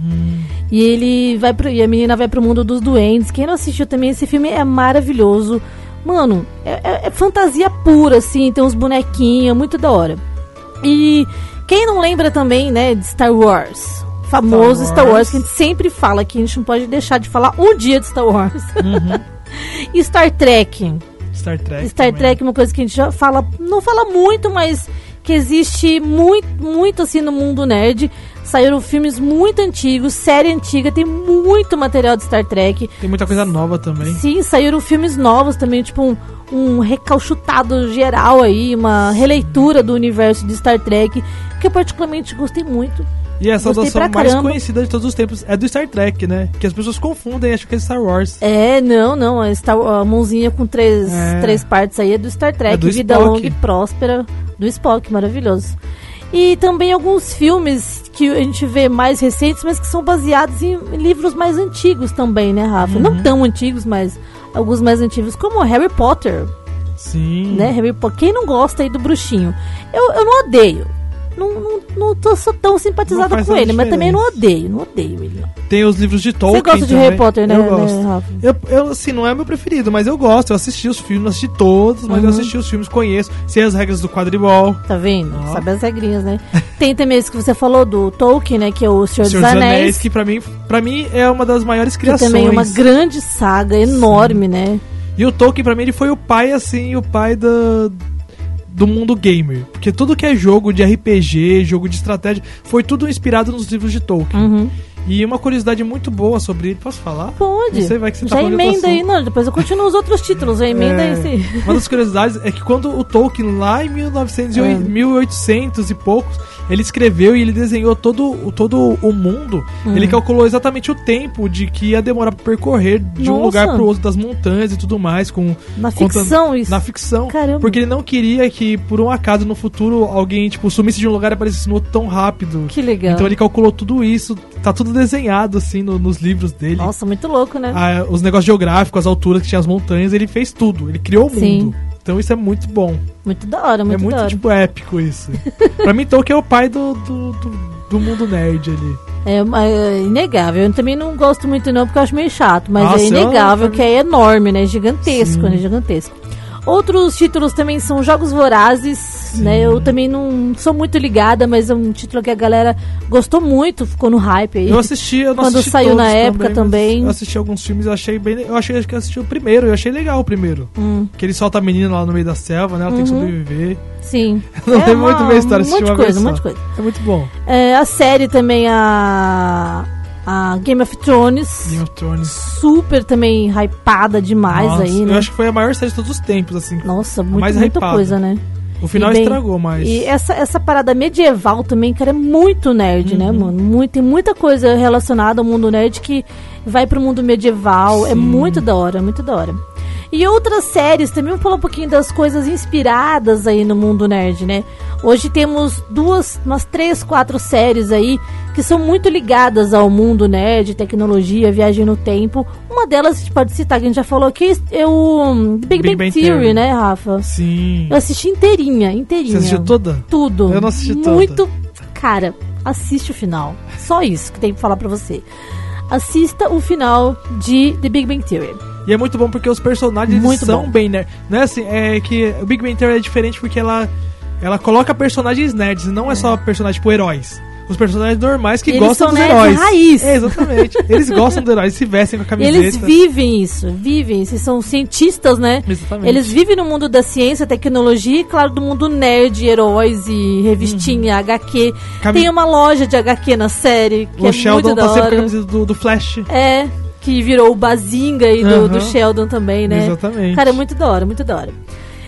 A: E ele vai pro, e a menina vai pro mundo dos duendes. Quem não assistiu também esse filme é maravilhoso. Mano, é, é- é fantasia pura, assim, tem uns bonequinhos, muito da hora. E quem não lembra também, né, de Star Wars? Famoso Star Wars.
B: Star Wars.
A: que a gente sempre fala que a gente não pode deixar de falar um dia de Star Wars. e Star Trek.
B: Star Trek.
A: Star
B: também.
A: Trek é uma coisa que a gente já fala, não fala muito, mas que existe muito, muito assim no mundo nerd. Saíram filmes muito antigos, série antiga, tem muito material de Star Trek.
B: Tem muita coisa nova também.
A: Sim, saíram filmes novos também, tipo um, um recalchutado geral aí, uma releitura do universo de Star Trek, que eu particularmente gostei muito.
B: E a
A: Gostei
B: saudação
A: pra
B: mais
A: caramba.
B: conhecida de todos os tempos é do Star Trek, né? Que as pessoas confundem, acham que é Star Wars.
A: É, não, não. A, Star, a mãozinha com três,
B: É.
A: três partes aí é do Star Trek.
B: É do
A: Vida
B: Spock.
A: longa e próspera do Spock, maravilhoso. E também alguns filmes que a gente vê mais recentes, mas que são baseados em livros mais antigos também, né, Rafa?
B: Uhum.
A: Não tão antigos, mas alguns mais antigos, como Harry Potter,
B: Sim.
A: né? Harry Potter. Quem não gosta aí do bruxinho? Eu, eu não odeio. Não, não, não tô só tão
B: Não
A: simpatizada
B: faz
A: com
B: tanta
A: ele, mas também não
B: diferença.
A: odeio, não odeio ele.
B: Tem os livros de Tolkien.
A: Você gosta de
B: também.
A: Harry Potter, né,
B: Eu
A: né,
B: gosto.
A: Rafa?
B: Eu, eu, assim, não é meu preferido, mas eu gosto. Eu assisti os filmes, não assisti todos, mas
A: Uhum.
B: eu assisti os filmes, conheço. Sei as regras do quadribol.
A: Tá vendo?
B: Ó.
A: Sabe as regrinhas, né? Tem também isso que você falou do Tolkien, né? Que é o Senhor,
B: Senhor
A: dos Anéis.
B: que pra mim, pra mim é uma das maiores
A: que
B: criações.
A: também é uma grande saga, enorme, né?
B: E o Tolkien, pra mim, ele foi o pai, assim, o pai da do mundo gamer. Porque tudo que é jogo de RPG, jogo de estratégia, foi tudo inspirado nos livros de Tolkien.
A: Uhum.
B: E uma curiosidade muito boa sobre ele, posso falar?
A: Pode.
B: Não sei, vai que você
A: Já
B: tá falando do
A: emenda aí,
B: assunto.
A: não. Depois eu continuo os outros títulos, já emenda
B: É,
A: aí sim.
B: Uma das curiosidades é que quando o Tolkien, lá em 1900 e oi-
A: É.
B: 1800 e poucos, ele escreveu e ele desenhou todo, o- todo o mundo,
A: É.
B: ele calculou exatamente o tempo de que ia demorar pra percorrer de um
A: Nossa.
B: lugar pro outro das montanhas e tudo mais, com
A: Na
B: contando-
A: ficção, isso.
B: na ficção.
A: Caramba.
B: Porque ele não queria que, por um acaso, no futuro, alguém, tipo, sumisse de um lugar e aparecesse no outro tão rápido.
A: Que legal.
B: Então ele calculou tudo isso, tá tudo desenhado, assim, no- nos livros dele.
A: Nossa, muito louco, né?
B: Ah, os negócios geográficos, as alturas que tinha as montanhas, ele fez tudo, ele criou o mundo.
A: Sim.
B: Então isso é muito bom.
A: Muito da hora, muito,
B: é muito,
A: da hora.
B: tipo, épico isso. pra mim, Tolkien é o pai do, do, do, do mundo nerd ali.
A: É, uma- é inegável. Eu também não gosto muito, não, porque eu acho meio chato. Mas
B: Nossa,
A: é
B: eu-
A: inegável
B: pra mim-
A: que é enorme, né? Gigantesco,
B: Sim.
A: né? Gigantesco. Outros títulos também são Jogos Vorazes, né? Eu também não sou muito ligada, mas é um título que a galera gostou muito, ficou no hype aí.
B: Eu assisti, eu não
A: Quando
B: assisti
A: saiu
B: todos
A: na época
B: mas
A: também.
B: Eu assisti alguns filmes, eu achei bem. Eu achei que eu assisti o primeiro, eu achei legal o primeiro.
A: Hum.
B: Que ele solta a menina lá no meio da selva, né? Ela tem que
A: Uhum.
B: sobreviver.
A: Sim.
B: Não
A: É
B: tem
A: uma-
B: muito bem a história
A: Um
B: assisti
A: monte de
B: uma
A: coisa,
B: vez
A: um
B: só.
A: monte de coisa.
B: É muito bom.
A: É, a série também, a, a Game of Thrones.
B: Game of Thrones.
A: Super também hypada demais
B: Nossa,
A: aí, né?
B: Eu acho que foi a maior série de todos os tempos, assim.
A: Nossa, muito,
B: mais
A: muita
B: hypada.
A: coisa, né?
B: O final
A: E bem-
B: estragou, mas.
A: E é essa, essa parada medieval também, cara, é muito nerd, né,
B: Uhum.
A: mano? Muito, tem muita coisa relacionada ao mundo nerd que vai pro mundo medieval. É muito da hora, muito da hora. E outras séries também, vamos falar um pouquinho das coisas inspiradas aí no mundo nerd, né? Hoje temos duas, umas três, quatro séries aí que são muito ligadas ao mundo nerd, tecnologia, viagem no tempo. Uma delas, a gente pode citar, que a gente já falou aqui, é o hum, Big, Bang,
B: Big Bang
A: Theory,
B: Theory.
A: né, Rafa?
B: Sim.
A: Eu assisti inteirinha, inteirinha.
B: Você assistiu toda?
A: Tudo.
B: Eu não assisti toda.
A: Muito. Cara, assiste o final. Só isso que tem pra falar pra você. Assista o final de The Big Bang Theory.
B: E é muito bom porque os personagens eles
A: Muito
B: são
A: bom.
B: bem nerds. Não é assim, é que o Big Bang Theory é diferente porque ela, ela coloca personagens nerds, não é, só personagens tipo heróis. Os personagens normais que
A: Eles são
B: gostam dos
A: nerds
B: heróis.
A: raiz.
B: É, exatamente. Eles gostam dos heróis, se vestem com a
A: E
B: camiseta.
A: eles vivem isso, vivem. Vocês são cientistas, né?
B: Exatamente.
A: Eles vivem no mundo da ciência, tecnologia e, claro, do mundo nerd, heróis e revistinha, HQ.
B: Uhum. Cami-
A: Tem uma loja de HQ na série, que
B: O
A: é
B: Sheldon
A: muito
B: tá
A: da
B: sempre com a
A: hora.
B: camisa do, do Flash.
A: É, que virou o Bazinga aí do, do
B: Aham.
A: Sheldon também, né?
B: Exatamente.
A: Cara, é muito da hora, muito da hora.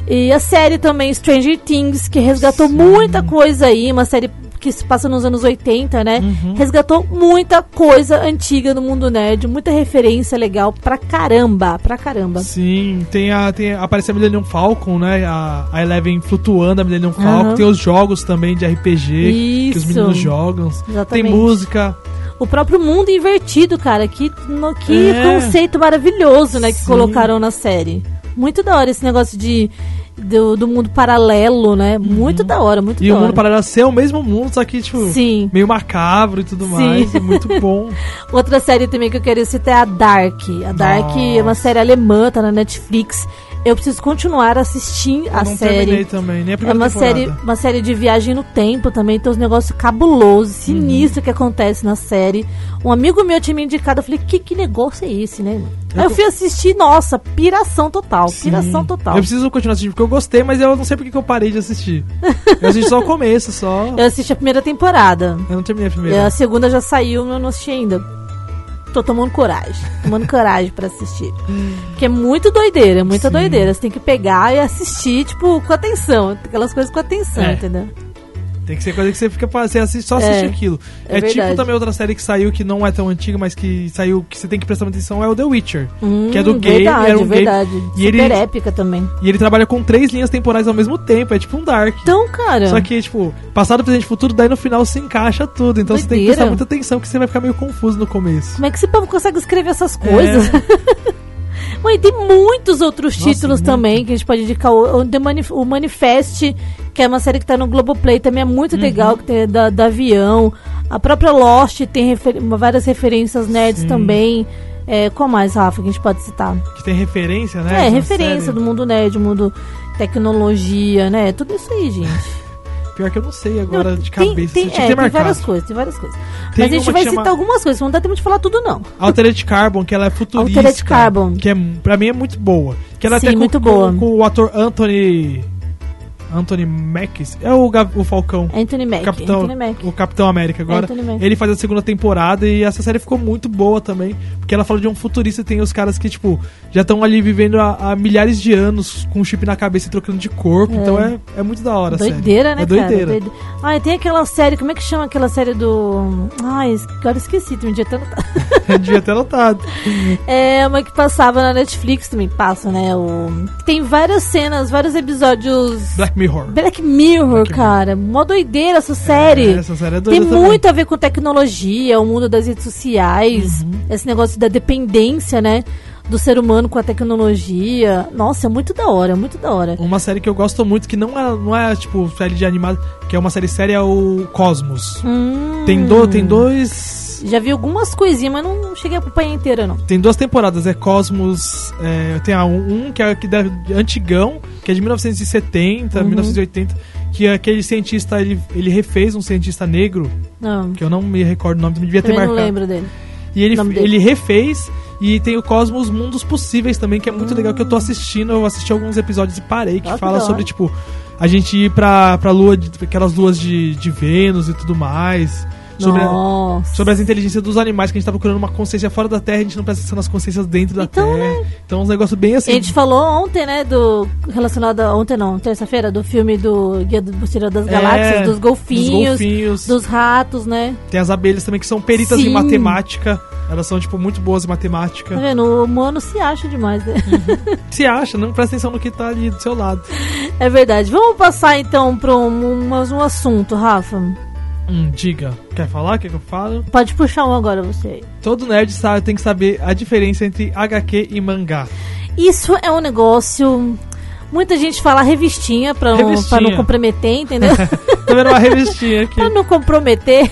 A: E a série também, Stranger Things, que resgatou muita coisa aí, uma série que se passa nos anos 80, né?
B: Uhum.
A: Resgatou muita coisa antiga no mundo nerd, muita referência legal pra caramba, pra caramba.
B: Sim, tem a, tem a, aparece a Millennium Falcon, né? A, a Eleven flutuando, a Millennium Falcon.
A: Aham.
B: Tem os jogos também de RPG que os
A: Isso.
B: meninos jogam. Tem
A: Exatamente.
B: música.
A: O próprio mundo invertido, cara, que, no- que
B: É.
A: conceito maravilhoso, né, que
B: Sim.
A: colocaram na série. Muito da hora esse negócio de do, do mundo paralelo, né? Muito da hora, muito
B: Uhum. E
A: da
B: o
A: hora.
B: mundo paralelo ser é o mesmo mundo, só que, tipo,
A: Sim.
B: meio macabro e tudo
A: Sim.
B: mais. É muito bom.
A: Outra série também que eu quero citar é a Dark. A Dark é uma
B: Nossa.
A: série alemã, tá na Netflix. Eu preciso continuar assistindo a
B: Eu não terminei
A: série.
B: também, nem a
A: É
B: primeira
A: uma
B: temporada.
A: série, uma série de viagem no tempo também, tem uns negócios cabulosos,
B: Hum.
A: sinistro que acontece na série. Um amigo meu tinha me indicado, eu falei, que, que negócio é esse, né? Aí eu fui assistir, nossa, piração total, piração total.
B: Eu preciso continuar assistindo, porque eu gostei, mas eu não sei porque que eu parei de assistir. Eu assisti só o começo, só.
A: Eu assisti a primeira temporada.
B: Eu não terminei a
A: E
B: primeira.
A: É, a segunda já saiu, eu não assisti ainda. Tô tomando coragem. Tomando coragem pra assistir. Porque é muito doideira, é muita doideira. Você tem que pegar e assistir, tipo, com atenção. Aquelas coisas com atenção,
B: É.
A: entendeu?
B: Tem que ser coisa que você fica pra- você assiste, só
A: É,
B: assiste aquilo.
A: é
B: É, tipo
A: verdade.
B: também outra série que saiu que não é tão antiga, mas que saiu que você tem que prestar atenção é o The Witcher, que é do
A: Hum,
B: gay,
A: verdade,
B: era um gay
A: verdade.
B: e ele
A: Super épica também.
B: e ele trabalha com três linhas temporais ao mesmo tempo, é tipo um dark.
A: Então, cara.
B: Só que, tipo, passado, presente e futuro, daí no final se encaixa tudo. Então você tem que
A: Doideira.
B: prestar muita atenção, que você vai ficar meio confuso no começo.
A: Como é que esse povo consegue escrever essas coisas? Mãe, tem muitos outros
B: É. Nossa,
A: títulos
B: muito.
A: também que a gente pode indicar. O, o The Manif- o Manifest, que é uma série que tá no Globoplay, também é muito
B: Uhum.
A: legal, que tem da, da avião. A própria Lost tem refer- várias referências nerds também. É, qual mais, Rafa, que a gente pode citar?
B: Que tem referência, né?
A: É,
B: Essa
A: referência
B: série.
A: do mundo nerd, mundo tecnologia, né? Tudo isso aí, gente.
B: Pior que eu não sei agora
A: Não,
B: de cabeça.
A: tem,
B: Você tinha que
A: é,
B: ter
A: tem
B: marcado.
A: várias coisas, tem várias coisas.
B: Tem
A: Mas a gente
B: uma
A: vai
B: que chama-
A: citar algumas coisas, não dá tempo de falar tudo, não.
B: Altered Carbon, que ela é futurista.
A: Altered Carbon.
B: Que é, pra mim é muito boa. Que ela
A: Sim,
B: até com,
A: muito
B: com-
A: boa.
B: com o ator Anthony. Anthony Mackis. É o, Gav- o Falcão.
A: É Anthony Mac.
B: O Capitão,
A: Anthony Mac.
B: o Capitão América agora.
A: Anthony Mac.
B: Ele faz a segunda temporada e essa série ficou muito boa também. Porque ela fala de um futurista e tem os caras que, tipo, já estão ali vivendo há, há milhares de anos com um chip na cabeça e trocando de corpo. Então é, é muito da hora, a série.
A: Doideira, né,
B: é doideira.
A: cara? Doide... Ah, e tem aquela série, como é que chama aquela série do. Ai, es- agora esqueci, tem um dia até anotado.
B: Devia ter notado.
A: É uma que passava na Netflix, também passa, né? O... Tem várias cenas, vários episódios.
B: Black Mirror.
A: Black Mirror,
B: Black
A: cara. Mó doideira essa série.
B: É, essa série é
A: Tem
B: doida também.
A: muito a ver com tecnologia, o mundo das redes sociais,
B: Uhum.
A: esse negócio da dependência, né? Do ser humano com a tecnologia. Nossa, é muito da hora, é muito da hora.
B: Uma série que eu gosto muito, que não é, não é tipo série de animado, que é uma série séria, é o Cosmos.
A: Hum,
B: Tem, do, tem dois.
A: Já vi algumas coisinhas, mas não cheguei a acompanhar inteira, não.
B: Tem duas temporadas, é Cosmos. é, tem a um, um que é que da- antigão, que é de 1970,
A: Uhum.
B: 1980, que é aquele cientista ele, ele refez um cientista negro,
A: Não,
B: que eu não me recordo o nome, devia ter
A: também não
B: marcado.
A: lembro dele.
B: E ele,
A: Nome dele.
B: ele refez. E tem o Cosmos Mundos Possíveis também, que é muito legal, que eu tô assistindo. Eu assisti alguns episódios e parei, que
A: Nossa,
B: fala
A: Ah, que da
B: sobre,
A: hora.
B: tipo, a gente ir pra, pra lua, de- aquelas luas de, de Vênus e tudo mais. Sobre, a-
A: Nossa.
B: sobre as inteligências dos animais, que a gente tá procurando uma consciência fora da Terra, a gente não presta atenção nas consciências dentro da
A: Então,
B: Terra. Então, uns negócios bem
A: A
B: assim.
A: gente falou ontem, né, do relacionado a, ontem não, terça-feira, do filme do Guia do Mochileiro das
B: É,
A: Galáxias, dos golfinhos, dos
B: golfinhos.
A: ratos, né?
B: Tem as abelhas também, que são peritas em
A: Sim.
B: matemática. Elas são, tipo, muito boas em
A: Tá
B: matemática.
A: vendo? O humano se acha demais, né?
B: Se acha, não presta atenção no que tá ali do seu lado.
A: É verdade. Vamos passar então para um, mais um assunto, Rafa.
B: Hum, diga. Quer falar? Quer que eu falo?
A: Pode puxar um agora você. aí.
B: Todo nerd sabe, tem que saber a diferença entre HQ e mangá.
A: Isso é um negócio. Muita gente fala revistinha para não,
B: Revistinha.
A: pra não comprometer, entendeu?
B: Tô vendo uma revistinha aqui.
A: pra não comprometer.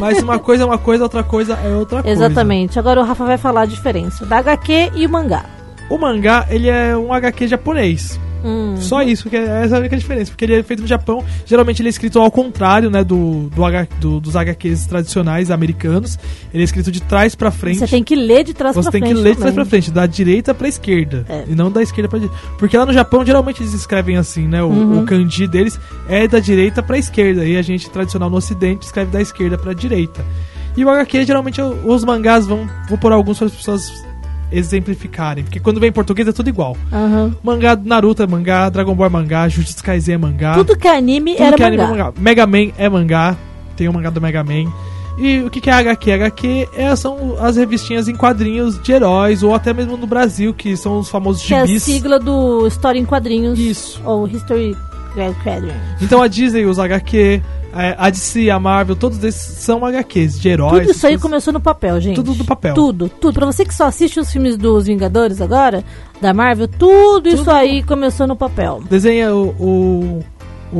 B: Mas uma coisa é uma coisa, outra coisa é outra coisa.
A: Exatamente. Agora o Rafa vai falar a diferença da HQ e o mangá.
B: O mangá, ele é um HQ japonês.
A: Hum.
B: Só isso, que é essa é a única diferença. Porque ele é feito no Japão, geralmente ele é escrito ao contrário, né, do, do, H- do- dos HQs tradicionais americanos. Ele é escrito de trás pra frente.
A: Você tem que ler de trás
B: Você
A: pra
B: tem que
A: frente.
B: ler de trás
A: também.
B: pra frente, da direita pra esquerda.
A: É.
B: E não da esquerda pra direita. Porque lá no Japão, geralmente eles escrevem assim, né? O,
A: Uhum.
B: o kanji deles é da direita pra esquerda. E a gente, tradicional no ocidente, escreve da esquerda pra direita. E o HQ, geralmente, o- os mangás vão... Vou pôr alguns para as pessoas exemplificarem. Porque quando vem em português é tudo igual.
A: Aham.
B: Mangá do Naruto é mangá, Dragon Ball é mangá, Jujutsu Kaisen é mangá.
A: Tudo que é anime
B: Tudo
A: era
B: que é
A: mangá.
B: anime é mangá. Mega Man é mangá. Tem o mangá do Mega Man. E o que que é HQ? HQ é, são as revistinhas em quadrinhos de heróis, ou até mesmo no Brasil, que são os famosos
A: Que é a
B: gibis.
A: sigla do História em Quadrinhos.
B: Isso.
A: Ou History Quadrinhos.
B: Então a Disney usa HQ, a a DC, a Marvel, todos esses são HQs de heróis.
A: Tudo isso aí
B: essas-
A: começou no papel, gente.
B: Tudo do papel.
A: Tudo, tudo. Pra você que só assiste os filmes dos Vingadores agora, da Marvel, tudo, isso aí começou no papel.
B: Desenha o, o,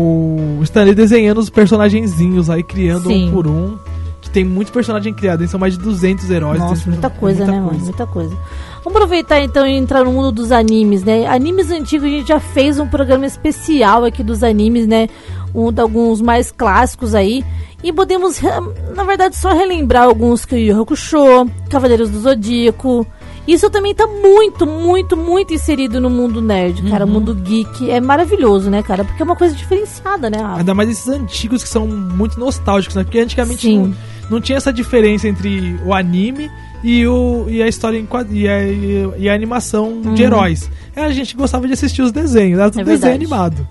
B: o Stanley desenhando os personagenzinhos aí, criando um
A: Sim.
B: por um. Que tem muito personagem criado, hein? são mais de 200 heróis.
A: Nossa,
B: tem-
A: muita
B: é
A: coisa, né, mano? Muita coisa. Vamos aproveitar então e entrar no mundo dos animes, né? Animes antigos, a gente já fez um programa especial aqui dos animes, né? Um de alguns mais clássicos aí. E podemos, re- na verdade, só relembrar alguns que é o Yu Hakusho, Cavaleiros do Zodíaco. Isso também tá muito, muito, muito inserido no mundo nerd, cara. O mundo geek é maravilhoso, né, cara? Porque é uma coisa diferenciada, né, Rafa?
B: Ainda mais esses antigos que são muito nostálgicos, né? Porque antigamente
A: Sim.
B: não, não tinha essa diferença entre o anime e, o, e a história em quad- e a, e a- e a animação de heróis. É, a gente gostava de assistir os desenhos, né? Do
A: Uhum. É
B: desenho
A: verdade.
B: animado.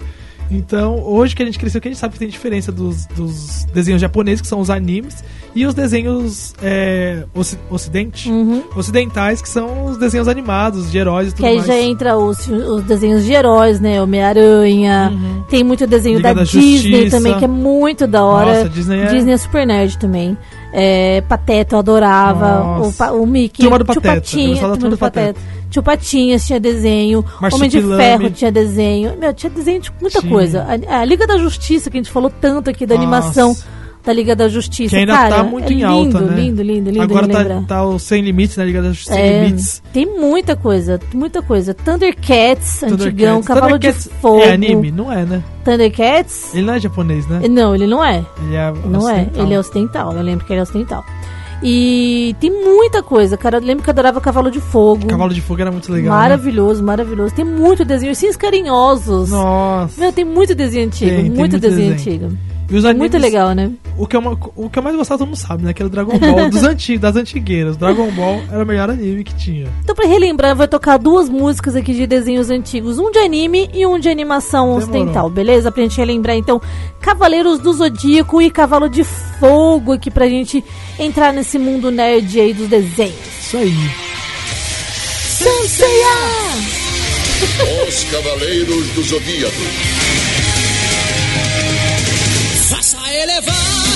B: Então, hoje que a gente cresceu, que a gente sabe que tem diferença dos, dos desenhos japoneses, que são os animes, e os desenhos é, oci- ocidente, ocidentais, que são os desenhos animados, de heróis e
A: Uhum.
B: tudo
A: Que aí
B: mais.
A: já entra os, os desenhos de heróis, né? Homem-Aranha. Tem muito desenho
B: Uhum. Liga
A: da,
B: da
A: Disney
B: Justiça.
A: também, que é muito da hora.
B: Nossa, Disney é-
A: super nerd também. É, Pateta, eu adorava. O,
B: Nossa.
A: pa- o Mickey.
B: Turma do
A: Tio
B: Pateta, eu
A: Patinha,
B: gostava da
A: Turma do Pateta. Tio Patinhas tinha desenho. Homem de
B: Marsupilame.
A: Ferro tinha desenho. Meu, tinha desenho de muita
B: Tinha.
A: coisa. A, a Liga da Justiça, que a gente falou tanto aqui da
B: Nossa.
A: animação da Liga da Justiça.
B: Que ainda
A: Cara,
B: tá muito
A: é
B: em alta,
A: lindo,
B: né?
A: Lindo, lindo, lindo.
B: Agora
A: de
B: tá,
A: lembrar.
B: tá o Sem Limites, né? Liga da Justiça Sem
A: É,
B: Limites.
A: tem muita coisa, muita coisa. Thundercats, antigão,
B: Thundercats.
A: Cavalo
B: Thundercats
A: de Fogo.
B: É anime? Não é, né?
A: Thundercats?
B: Ele não é japonês, né?
A: Não, ele não é.
B: Ele é
A: Não é,
B: ocidental.
A: ele é ocidental. Eu lembro que ele é ocidental. E tem muita coisa, cara. Eu lembro que eu adorava Cavalo de Fogo.
B: Cavalo de Fogo era muito legal. né?
A: maravilhoso, maravilhoso. Tem muito desenho. Ursinhos Carinhosos.
B: Nossa.
A: Meu, tem muito desenho antigo,
B: Tem, tem
A: muito,
B: muito
A: desenho,
B: desenho.
A: antigo.
B: E os
A: Muito
B: animes-
A: legal, né?
B: O que, eu, ma- o que eu mais gostava, todo mundo sabe, né? Que era o Dragon Ball dos antigos, das antigueiras. Dragon Ball era o melhor anime que tinha.
A: Então, pra relembrar, eu vou tocar duas músicas aqui de desenhos antigos, um de anime e um de animação
B: Demorou.
A: ocidental, beleza? Pra gente relembrar, então, Cavaleiros do Zodíaco e Cavalo de Fogo aqui pra gente entrar nesse mundo nerd aí dos desenhos.
B: Isso aí.
F: Os Cavaleiros do Zodíaco.
G: Faça elevar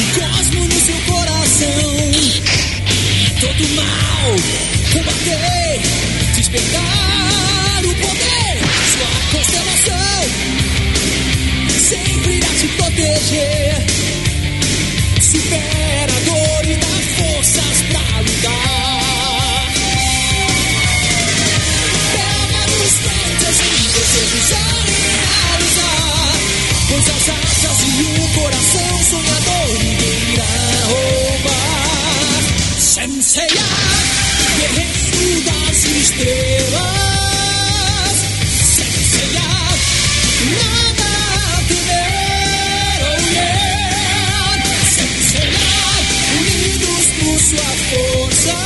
G: o cosmo no seu coração. Todo mal combater, despertar o poder. Sua constelação sempre irá te proteger. Supera a dor e dá forças pra lutar. Pega nos cantos que você quiser realizar. Pois as asas e o coração sonhador ninguém irá roubar. Senseiá, guerreiro das estrelas. Senseiá, nada a temer. Oh yeah. Senseiá, unidos por sua força.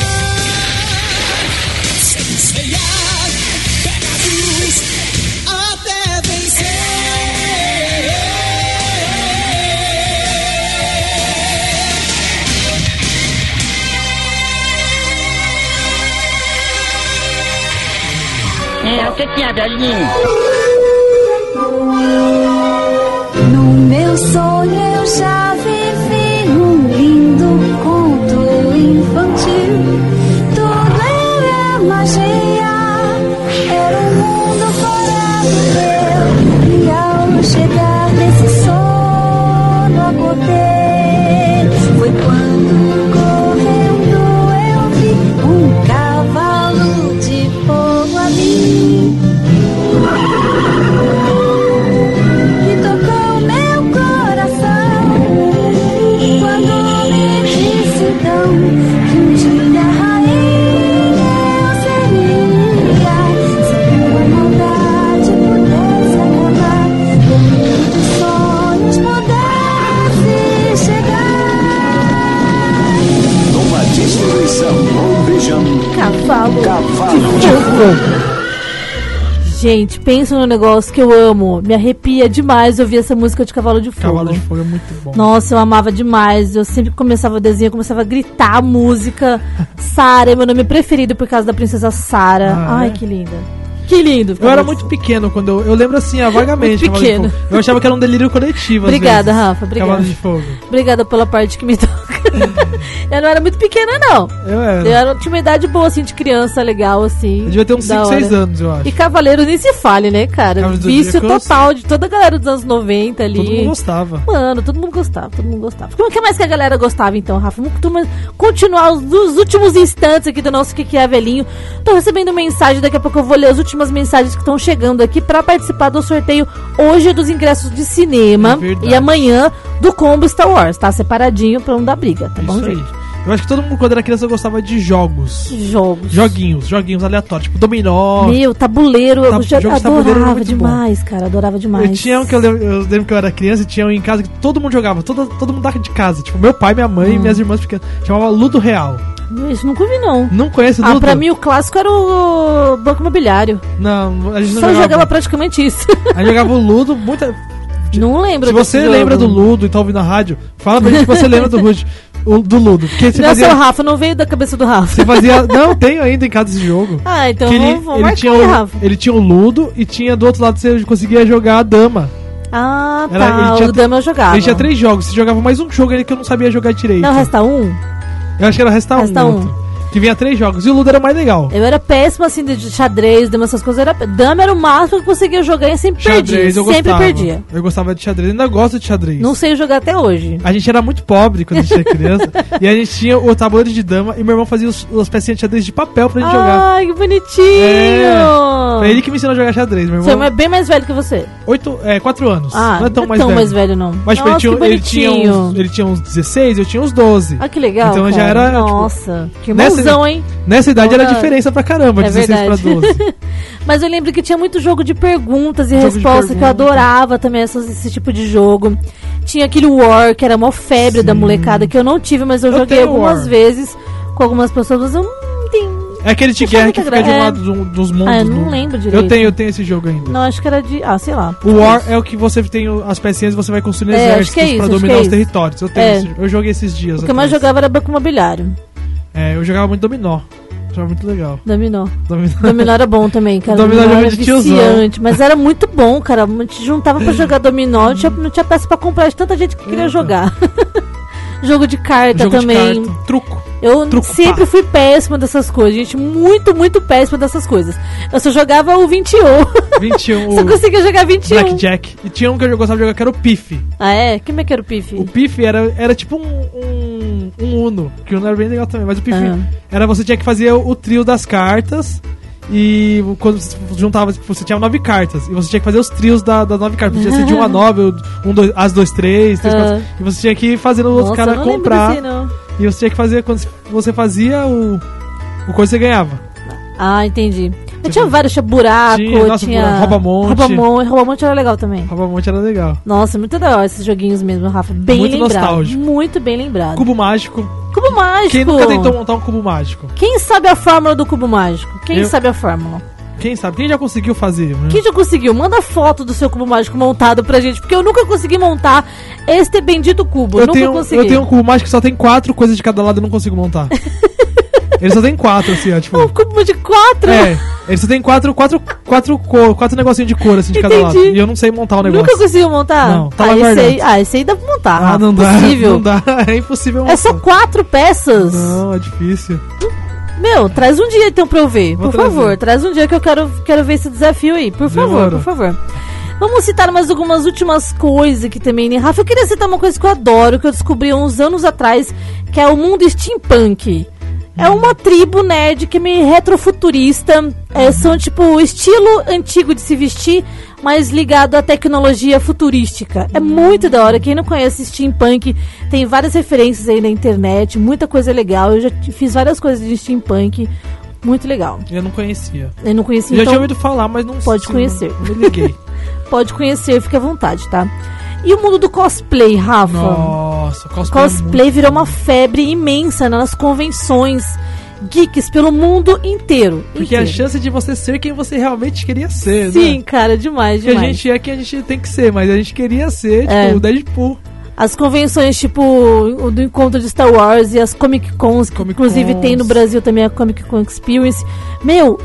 G: Senseiá, pega a luz até vencer.
E: Et on te tient de ligne.
H: No meu sonho eu já vivi um lindo conto infantil. Tudo era magia, era um mundo fora do meu. E ao chegar nesse sono a poder, foi quando correndo eu vi um cavalo de fogo a mim. que tocou meu coração. Quando me disse então que um dia rainha eu seria, se tua maldade pudesse acabar, o mundo dos sonhos pudesse chegar.
D: Numa distribuição ou vejam
A: Cavalo.
D: cavalo de
A: Gente, pensa num negócio que eu amo. Me arrepia demais ouvir essa música de Cavalo de Fogo.
B: Cavalo de Fogo é muito bom.
A: Nossa, eu amava demais. Eu sempre começava o desenho, eu começava a gritar a música. Sara é meu nome preferido por causa da princesa Sara.
B: Ah,
A: Ai,
B: é?
A: que linda. Que lindo.
B: Eu era muito pequeno quando eu, eu lembro assim, ah, vagamente.
A: Muito
B: Cavalo de
A: pequeno.
B: Fogo. Eu achava que era um delírio coletivo. às
A: Obrigada,
B: vezes.
A: Rafa, obrigada.
B: Cavalo de Fogo.
A: Obrigada pela parte que me toca. eu não era muito pequena, não.
B: Eu
A: Eu
B: era.
A: era, tinha uma idade boa, assim, de criança, legal, assim.
B: É. Eu devia ter uns
A: da
B: 5, 6
A: hora.
B: anos, eu acho.
A: E Cavaleiros nem se fale, né, cara?
B: Cavaleiros do
A: Vício
B: Zodíaco, eu
A: total de toda a galera dos anos 90 ali.
B: Todo mundo gostava.
A: Mano, todo mundo gostava, todo mundo gostava. Como que mais que a galera gostava então, Rafa? Vamos tu- mas continuar os, os últimos instantes aqui do nosso Que Que é Velhinho. Tô recebendo mensagem, daqui a pouco eu vou ler as últimas mensagens que estão chegando aqui pra participar do sorteio hoje dos ingressos de
B: É
A: cinema
B: verdade.
A: e amanhã do combo Star Wars, tá? Separadinho pra não dar briga, tá bom,
B: Isso aí.
A: gente?
B: Eu acho que todo mundo, quando era criança, gostava de jogos.
A: Jogos.
B: Joguinhos, joguinhos aleatórios, tipo dominó.
A: Meu, tabuleiro, eu
B: Tab-
A: já
B: jogo de tabuleiro era
A: adorava
B: muito bom.
A: demais, cara, adorava demais.
B: Eu tinha um que eu lembro, eu lembro que eu era criança e tinha um em
A: Ah.
B: casa que todo mundo jogava, todo, todo mundo da de casa. Tipo, meu pai, minha mãe e minhas irmãs pequenas. Chamava Ludo Real.
A: Isso nunca vi, não.
B: Não conhece
A: Ah,
B: Dudu?
A: pra mim o clássico era o Banco Imobiliário.
B: Não, a gente não
A: Só
B: jogava.
A: jogava praticamente isso.
B: A gente jogava o Ludo muita...
A: não lembro.
B: Se
A: desse
B: você
A: jogo.
B: lembra do Ludo e tá ouvindo a rádio, fala pra gente que você lembra do, Rude, o- do Ludo. Porque você
A: Não, é
B: fazia,
A: seu Rafa, não veio da cabeça do Rafa.
B: você fazia... Não, tenho ainda em casa esse jogo.
A: Ah, então
B: Que
A: vamos, vamos marcar,
B: tinha
A: né,
B: o,
A: Rafa.
B: ele tinha o Ludo e tinha do outro lado você conseguia jogar a dama.
A: Ah, tá.
B: Ela- ele tinha
A: o
B: tr-
A: Dama eu jogava.
B: Ele tinha três jogos, você jogava mais um jogo ele que eu não sabia jogar direito.
A: Tá Não, resta um.
B: Eu acho que era Resta,
A: Resta
B: um,
A: um.
B: outro, Que vinha três jogos. E o Ludo era o mais legal.
A: Eu era péssima assim de de xadrez, dama, essas coisas. Era... Dama era o máximo que eu conseguia jogar e sempre
B: Xadrez,
A: perdia. Sempre
B: eu gostava.
A: perdia.
B: Eu gostava de xadrez, ainda gosto de xadrez.
A: Não sei jogar até hoje.
B: A gente era muito pobre quando a gente era criança. e a gente tinha o tabuleiro de dama e meu irmão fazia os, as pecinhas de xadrez de papel pra
A: Ah.
B: gente jogar.
A: Ai, que bonitinho!
B: Foi ele que me ensinou a jogar xadrez, meu
A: Seu irmão
B: irmão.
A: é bem mais velho que você.
B: Oito, é, quatro anos.
A: Ah,
B: não é tão, mais, velho.
A: não.
B: Mas tipo,
A: Nossa,
B: ele,
A: que
B: tinha, ele, tinha
A: bonitinho.
B: uns, ele tinha uns 16, eu tinha uns 12.
A: Ah, que legal.
B: Então eu já
A: cara.
B: era, tipo,
A: Nossa, que
B: nessa-
A: irmãozão, hein?
B: Nessa idade era
A: Olha,
B: diferença pra caramba,
A: é
B: 16 pra
A: verdade.
B: 12.
A: Mas eu lembro que tinha muito jogo de perguntas e
B: Jogo de
A: respostas que eu
B: pergunta.
A: adorava também essas- esse tipo de jogo. Tinha aquele War, que era uma febre da molecada, que eu não tive, mas eu,
B: Eu
A: joguei
B: tenho
A: algumas
B: War.
A: vezes com algumas pessoas, mas eu não tenho.
B: É aquele de
A: Não
B: guerra
A: faz
B: que
A: muita
B: fica de um
A: gra-
B: lado do- dos mundos.
A: Ah, eu não
B: do-
A: lembro
B: Eu
A: direito.
B: tenho, eu tenho esse jogo ainda.
A: Não, acho que era de. Ah, sei lá.
B: O War é o que você tem o- as pecinhas e você vai construindo
A: É, acho
B: exércitos
A: que é isso,
B: pra
A: acho
B: dominar
A: que é
B: os
A: isso.
B: territórios. Eu, tenho
A: É.
B: esse- eu joguei esses dias.
A: O que eu mais
B: atrás.
A: jogava era Banco Imobiliário.
B: É, eu jogava muito dominó. Achava muito legal.
A: Dominó.
B: Dominó.
A: Dominó era bom também, cara.
B: Dominó era
A: era
B: de tiozão.
A: viciante. Mas era muito bom, cara. A gente juntava pra jogar dominó. Não tinha, não tinha peça pra comprar de tanta gente que queria
B: Eita.
A: jogar. Jogo de carta
B: Jogo
A: também.
B: de carta. Truco.
A: Eu
B: Truco,
A: sempre
B: pá.
A: fui péssima dessas coisas, gente. Muito, muito péssima dessas coisas. Eu só jogava o 21.
B: 21.
A: só
B: o
A: conseguia jogar 21.
B: Blackjack. E tinha um que eu gostava de jogar que era o Pife.
A: Ah, é? Como é que era o pife?
B: O Pife era, era tipo um, um, um Uno, que o Uno era bem legal também, mas o Pife
A: Aham.
B: era você tinha que fazer o, o trio das cartas. E quando você juntava, tipo, você tinha nove cartas. E você tinha que fazer os trios da- das nove cartas. Podia ser de 1 a 9, um, dois, as dois, três, três,
A: Aham.
B: quatro. E você tinha que ir fazendo o outro
A: Nossa, eu
B: cara
A: não
B: comprar.
A: lembro desse, não.
B: E você tinha que fazer, quando você fazia o, o coisa, você ganhava.
A: Ah, entendi. Mas tinha vários, tinha buraco,
B: Tinha,
A: tinha...
B: nossa, buraco, rouba-monte.
A: Rouba-monte, rouba-monte era legal também.
B: Rouba monte era legal.
A: Nossa, muito da hora esses joguinhos mesmo, Rafa. Bem
B: Muito
A: lembrado.
B: nostálgico.
A: Muito bem lembrado.
B: Cubo mágico.
A: Cubo mágico.
B: Quem nunca tentou montar um cubo mágico?
A: Quem sabe a fórmula do cubo mágico? Quem
B: Eu-
A: sabe a fórmula?
B: Quem sabe? Quem já conseguiu fazer? né?
A: Quem já conseguiu? Manda foto do seu cubo mágico montado pra gente, porque eu nunca consegui montar este bendito cubo. Tipo,
B: Eu
A: nunca
B: tenho,
A: consegui.
B: eu tenho um cubo mágico que só tem quatro coisas de cada lado e eu não consigo montar. ele só tem quatro, assim, ó, tipo.
A: um cubo de quatro?
B: É, ele só tem quatro, quatro, quatro, cor, quatro negocinhos de cor, assim, de cada
A: Entendi.
B: lado. E eu não sei montar o negócio.
A: nunca conseguiu montar?
B: Não, tá lá
A: ah, esse
B: guardado.
A: aí, ah, esse aí dá pra montar.
B: Ah,
A: Rafa,
B: não dá.
A: Possível.
B: Não dá, é impossível montar.
A: É só quatro peças?
B: Não, é difícil.
A: Meu, traz um dia então pra eu ver.
B: Vou
A: por
B: trazer.
A: favor, traz um dia que eu quero, quero ver esse desafio aí. Por favor,
B: Demorou.
A: por favor. Vamos citar mais algumas últimas coisas aqui também, né? Rafa, eu queria citar uma coisa que eu adoro, que eu descobri há uns anos atrás, que é o mundo steampunk. É uma tribo nerd que é meio retrofuturista. É, são, tipo, o estilo antigo de se vestir, mas ligado à tecnologia futurística. É muito da hora. Quem não conhece steampunk, tem várias referências aí na internet, muita coisa legal. Eu já t- fiz várias coisas de steampunk. Muito legal.
B: Eu não conhecia.
A: Eu não conheci,
B: Eu já
A: então
B: tinha ouvido falar, mas não
A: pode
B: não-
A: conhecer.
B: Não, me liguei.
A: pode conhecer, fique à vontade, tá? E o mundo do cosplay, Rafa?
B: Nossa, cosplay. é muito-
A: Cosplay virou uma febre imensa nas convenções geeks pelo mundo inteiro.
B: Porque a
A: Inteiro.
B: chance de você ser quem você realmente queria ser, né?
A: Sim, cara, demais,
B: Porque a
A: demais.
B: gente é quem a gente tem que ser, mas a gente queria ser, tipo,
A: É.
B: o Deadpool.
A: As convenções, tipo, o do encontro de Star Wars e as Comic Cons, que
B: Comic
A: inclusive
B: Cons.
A: tem no Brasil também a Comic Con Experience. Meu,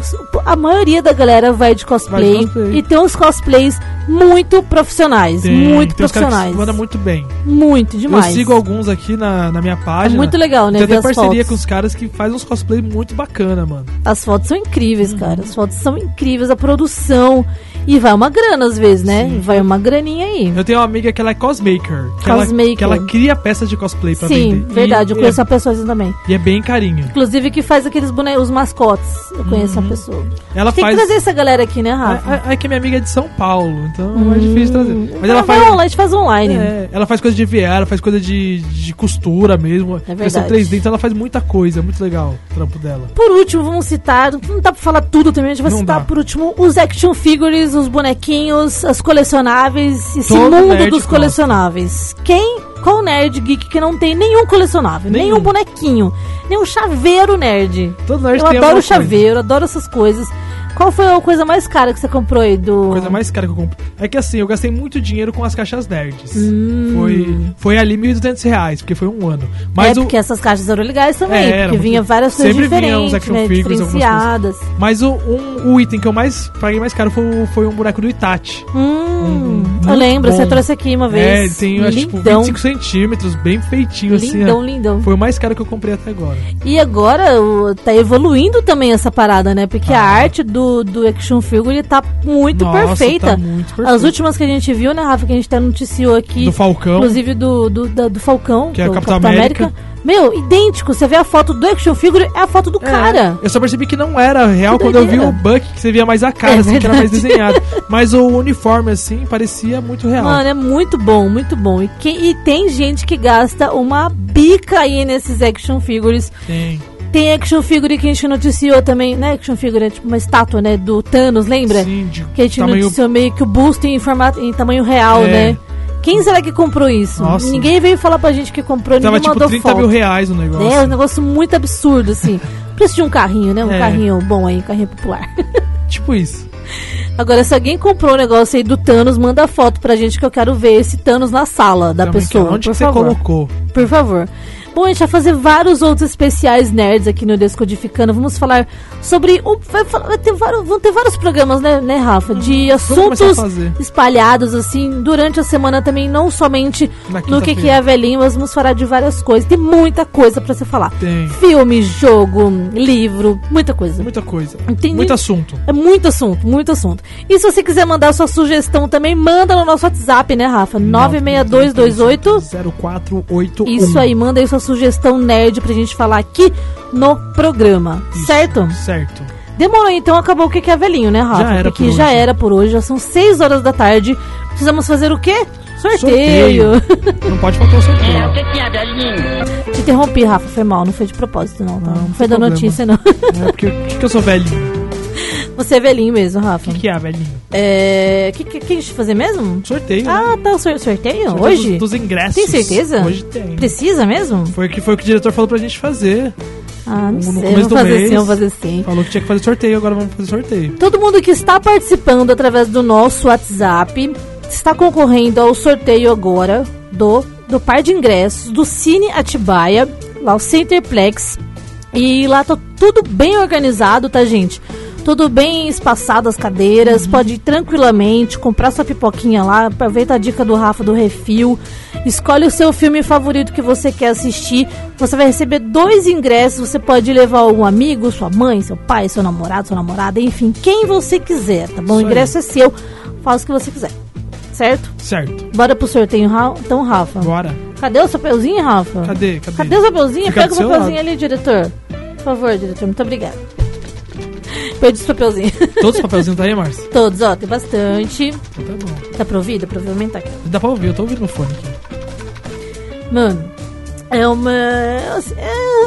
A: a maioria da galera vai de cosplay,
B: Vai de cosplay.
A: e tem uns cosplays muito profissionais. muito
B: tem uns caras que
A: profissionais.
B: se mandam muito bem.
A: Muito, demais.
B: Eu sigo alguns aqui na, na minha página.
A: É muito legal, né,
B: Tem até
A: ver as
B: parceria
A: fotos.
B: com os caras que faz uns cosplay muito bacana, mano.
A: As fotos são incríveis,
B: Uhum.
A: cara. As fotos são incríveis, a produção. E vai uma grana às vezes, né? Vai uma graninha aí.
B: Eu tenho uma amiga que ela é cosmaker. Que ela-
A: Cosmaker.
B: que Ela, cria peças de cosplay pra
A: Sim,
B: vender.
A: verdade.
B: E,
A: eu conheço
B: é,
A: uma pessoa assim também.
B: e é bem carinho.
A: Inclusive que faz aqueles bonecos, os mascotes. Eu conheço uma pessoa.
B: Uhum. Ela
A: Tem
B: faz.
A: que trazer essa galera aqui, né, Rafa?
B: É, é- é que minha amiga é de São Paulo, então é difícil trazer. Mas ela
A: Não, Hum, então vai
B: faz. um-
A: online, a gente faz online.
B: é, ela faz coisa de VR, ela faz coisa de, de costura mesmo.
A: É verdade.
B: Impressão 3D, então ela faz muita coisa. É muito legal o trampo dela.
A: Por último, vamos citar, não dá pra falar tudo também, a gente vai
B: Não
A: citar
B: dá.
A: por último os action figures, os bonequinhos, as colecionáveis, esse
B: Todo
A: mundo
B: nerd
A: dos
B: gosta.
A: colecionáveis. Quem Qual nerd geek que não tem nenhum colecionável, nenhum,
B: Nenhum.
A: bonequinho, nenhum chaveiro nerd?
B: Todo nerd
A: Eu adoro
B: tem alguma coisa.
A: chaveiro, adoro essas coisas. Qual foi a coisa mais cara que você comprou aí do.
B: coisa mais cara que eu compro. É que assim, eu gastei muito dinheiro com as caixas nerds.
A: Hum.
B: Foi, foi ali 1.200 reais, porque foi um ano. Mas
A: é,
B: o,
A: porque essas caixas eram legais também,
B: É, era
A: porque
B: muito-
A: vinha várias coisas
B: sempre vinha
A: diferentes,
B: uns action
A: né,
B: figures, algumas
A: diferenciadas.
B: mas o, um- o item que eu mais paguei mais caro foi, o- foi um boneco do Itachi.
A: Hum, eu
B: Um- muito
A: lembro, você
B: bom.
A: trouxe aqui uma vez.
B: É, ele tem acho, tipo
A: lindão,
B: 25 centímetros, bem feitinho
A: lindão,
B: assim.
A: lindão.
B: ó. Foi o mais caro que eu comprei até agora.
A: E agora o- tá evoluindo também essa parada, né? Porque a arte do, do action figure tá muito
B: Ah. Nossa,
A: perfeita.
B: tá muito
A: As
B: perfeita.
A: últimas que a gente viu, né, Rafa, que a gente até noticiou aqui.
B: Do Falcão.
A: Inclusive do, do, da- do Falcão,
B: Que é
A: do
B: a Capitão América.
A: Meu, idêntico. Você vê a foto do action figure, é a foto do cara.
B: Eu só percebi que não era real
A: Que
B: quando eu vi
A: doideira.
B: o Buck, que você via mais a cara,
A: É
B: assim, que era mais
A: verdade.
B: desenhado. Mas o uniforme, assim, parecia muito real.
A: Mano, é muito bom, muito bom. E, que- e tem gente que gasta uma bica aí nesses action figures.
B: Tem.
A: Tem action figure que a gente noticiou também, né? Action figure é tipo uma estátua, né? Do Thanos, lembra?
B: Sim, de
A: Que a gente
B: tamanho
A: noticiou meio que o busto em, formato, em tamanho real,
B: É.
A: né? Quem será que comprou isso?
B: Nossa.
A: Ninguém veio falar pra gente que comprou,
B: Tava
A: ninguém
B: tipo
A: mandou
B: 30
A: foto.
B: mil reais o negócio.
A: É, um negócio muito absurdo, assim. Preço de um carrinho, né? Um
B: É.
A: carrinho bom aí, um carrinho popular.
B: Tipo isso.
A: Agora, se alguém comprou o negócio aí do Thanos, manda foto pra gente que eu quero ver esse Thanos na sala da
B: Também,
A: pessoa.
B: que Onde
A: por
B: que você
A: favor.
B: colocou?
A: Por favor. Bom, a gente vai fazer vários outros especiais nerds aqui no Descodificando. Vamos falar sobre. o- Vai, falar- vai ter vários, vão ter vários programas, né, né, Rafa? De
B: começar a
A: assuntos
B: fazer.
A: espalhados, assim, durante a semana também, não somente
B: Na
A: no que,
B: quinta-feira.
A: que é velhinho, mas vamos falar de várias coisas. Tem muita coisa pra se falar:
B: Tem.
A: filme, jogo, livro, muita coisa.
B: Muita coisa.
A: Entendi.
B: Muito assunto.
A: É muito assunto, muito assunto. E se você quiser mandar sua sugestão também, manda no nosso WhatsApp, né, Rafa? 96228.
B: 0481.
A: Isso aí, manda aí sua sugestão nerd pra gente falar aqui no programa, certo?
B: Certo.
A: Demorou então, acabou o que que é velhinho, né, Rafa?
B: Já era
A: Porque
B: por
A: já
B: hoje.
A: era por hoje, já são 6 horas da tarde. Precisamos fazer o quê? Sorteio.
B: Não pode faltar o
E: Alors
B: sorteio.
E: que tiens de ligne.
A: Te interrompi, Rafa, foi mal, não foi de propósito, não, tá? Não,
B: Não, não
A: foi
B: tem
A: da
B: problema.
A: notícia, não.
B: É porque que, que eu sou velhinho?
A: Você é velhinho mesmo, Rafa.
B: O que, que é, velhinho?
A: É. O que, que, que a gente vai fazer mesmo?
B: Sorteio. né?
A: Ah, tá, o sor- sorteio?
B: Sorteio
A: Hoje?
B: Dos, dos ingressos.
A: Tem certeza?
B: Hoje tem.
A: Precisa mesmo?
B: Foi o que, foi o que o diretor falou pra gente fazer.
A: Ah, não
B: No
A: sei,
B: começo
A: vamos
B: do
A: fazer
B: mês.
A: assim, vamos fazer assim.
B: Falou que tinha que fazer sorteio, agora vamos fazer sorteio.
A: Todo mundo que está participando através do nosso WhatsApp está concorrendo ao sorteio agora do, do par de ingressos do Cine Atibaia, lá o Centerplex. E lá tá tudo bem organizado, tá, gente? Tudo bem espaçado as cadeiras, pode ir tranquilamente, comprar sua pipoquinha lá, aproveita a dica do Rafa do refil, escolhe o seu filme favorito que você quer assistir. Você vai receber dois ingressos, você pode levar algum amigo, sua mãe, seu pai, seu namorado, sua namorada, enfim, quem você quiser, tá bom? O
B: Isso aí.
A: ingresso é seu, faz o que você quiser, certo?
B: Certo.
A: Bora pro sorteio, Ra- então, Rafa.
B: Bora.
A: Cadê o papelzinho, Rafa?
B: Cadê? Cadê?
A: Cadê o papelzinho?
B: Fica
A: Pega o
B: do seu
A: papelzinho
B: lado.
A: ali, diretor. Por favor, diretor, muito obrigada. Perdi os papelzinhos.
B: Todos os papelzinhos tá aí, Márcio?
A: Todos, ó, tem bastante.
B: Então tá bom.
A: Tá pra ouvir? Dá pra ouvir aumentar aqui.
B: Dá pra ouvir, eu tô ouvindo no fone aqui.
A: Mano, é uma. É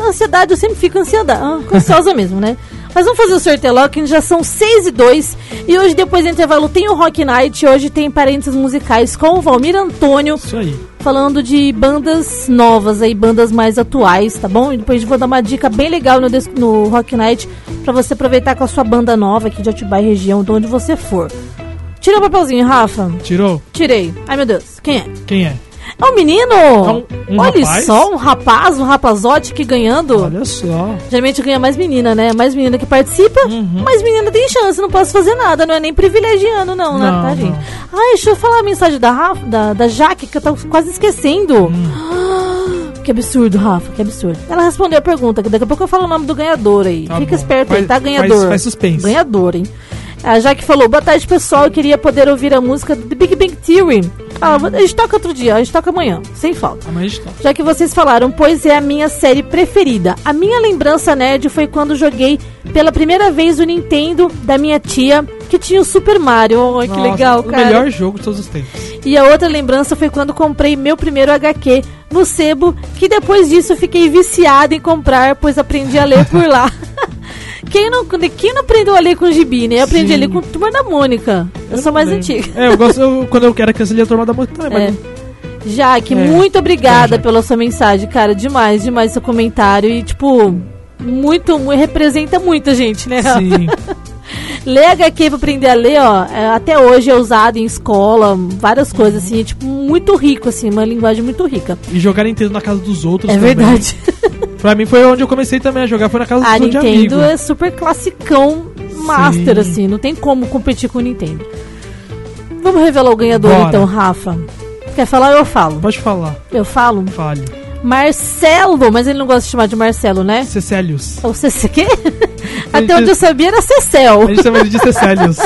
A: ansiedade, eu sempre fico ansiedade, ansiosa mesmo, né? Mas vamos fazer o sorteio logo, que já são 6 e 2. E hoje, depois do intervalo, tem o Rock Night. Hoje tem parênteses musicais com o Valmir Antônio.
B: Isso aí.
A: falando de bandas novas aí, bandas mais atuais, tá bom? E depois eu vou dar uma dica bem legal no, des- no Rock Night pra você aproveitar com a sua banda nova aqui de Atibaia e região, de onde você for. Tira o papelzinho, Rafa.
B: Tirou?
A: Tirei. Ai, meu Deus. Quem é?
B: Quem é?
A: É um menino!
B: um- um
A: Olha
B: rapaz?
A: só, um rapaz, um rapazote que ganhando.
B: Olha só.
A: Geralmente ganha mais menina, né? Mais menina que participa,
B: Uhum.
A: mais menina tem chance, não posso fazer nada, não é nem privilegiando, não, né,
B: Não,
A: tá,
B: não.
A: gente? Ai, deixa eu falar a mensagem da Rafa, da, da Jaque, que eu tava quase esquecendo.
B: Hum.
A: Ah, Que absurdo, Rafa, que absurdo. Ela respondeu a pergunta, que daqui a pouco eu falo o nome do ganhador aí.
B: Tá
A: Fica
B: bom.
A: esperto aí,
B: Faz-
A: tá?
B: faz-
A: Ganhador.
B: faz suspense.
A: Ganhador, hein? A Jaque falou, boa tarde, pessoal. Eu queria poder ouvir a música do The Big Bang Theory. Ah, a gente toca outro dia, a gente toca amanhã, sem falta.
B: Amanhã a gente toca.
A: Já que vocês falaram, pois é a minha série preferida. A minha lembrança nerd foi quando joguei pela primeira vez o Nintendo da minha tia, que tinha o Super Mario. Oh, que
B: Nossa,
A: legal,
B: O
A: cara.
B: melhor jogo de todos os tempos.
A: E a outra lembrança foi quando comprei meu primeiro HQ no Sebo, que depois disso fiquei viciada em comprar, pois aprendi a ler por lá. Quem não, quem não aprendeu a ler com gibi, né? Eu aprendi
B: Sim.
A: a ler com Turma da Mônica. Eu, sou
B: não
A: mais
B: lembro.
A: antiga.
B: É, eu gosto. eu- quando eu era criança, eu lia a turma da música também,
A: É.
B: mas
A: Jaque,
B: É.
A: muito obrigada
B: É, Jaque.
A: pela sua mensagem, cara. Demais, demais seu comentário. E, tipo, muito, mu- representa muita gente, né?
B: Sim.
A: Ler HQ pra aprender a ler, ó, é, até hoje é usado em escola, várias coisas, assim, é, tipo, muito rico, assim, uma linguagem muito rica.
B: E jogar Nintendo na casa dos outros
A: É
B: também.
A: verdade.
B: Pra mim foi onde eu comecei também a jogar, foi na casa
A: A
B: dos outros de
A: Nintendo
B: amigo.
A: é super classicão master,
B: Sim.
A: assim, não tem como competir com o Nintendo. Vamos revelar o ganhador
B: Bora.
A: então, Rafa. Quer falar? Eu falo.
B: Pode falar,
A: Eu falo?
B: fale.
A: Marcelo, mas ele não gosta de chamar de Marcelo, né?
B: Cecélios.
A: Ou CC, quê?
B: Ele
A: Até onde eu
B: disse-
A: sabia era Cecel.
B: A gente chama ele de Cecélios.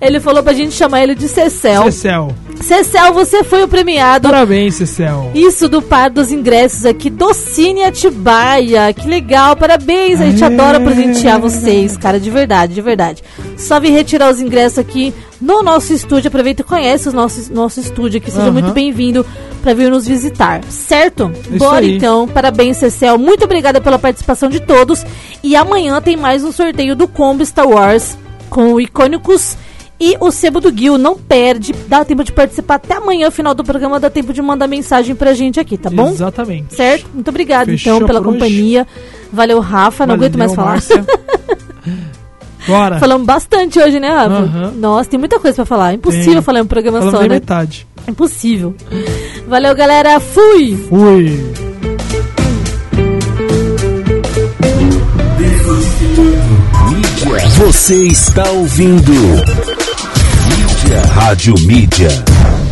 A: Ele falou pra gente chamar ele de Cecel.
B: Cecel.
A: Cecel, você foi o premiado.
B: Parabéns, Cecel.
A: Isso do par dos ingressos aqui do Cine Atibaia. Que legal, parabéns. A gente
B: Aê.
A: adora presentear vocês, cara, de verdade, de verdade. Só vim retirar os ingressos aqui no nosso estúdio. Aproveita e conhece o nosso, nosso estúdio aqui. Seja
B: Aham.
A: muito bem-vindo para vir nos visitar, certo?
B: Isso
A: Bora
B: aí.
A: então, parabéns, Cecel. Muito obrigada pela participação de todos. E amanhã tem mais um sorteio do Combo Star Wars com o Icônicos e o Sebo do Gil. Não perde, dá tempo de participar até amanhã, final do programa, dá tempo de mandar mensagem pra gente aqui, tá bom?
B: Exatamente.
A: Certo? Muito obrigada
B: Fechou
A: então pela
B: por hoje.
A: companhia. Valeu, Rafa. Não
B: Valeu,
A: aguento mais falar.
B: Márcia. Bora.
A: Falamos bastante hoje, né, Rafa?
B: Aham.
A: Nossa, tem muita coisa pra falar. Impossível
B: Tem.
A: falar em um programa
B: Falamos
A: só,
B: nem
A: né?
B: metade.
A: Impossível. Valeu, galera. Fui!
B: Fui.
D: Mídia. Você está ouvindo. Mídia. Rádio Mídia.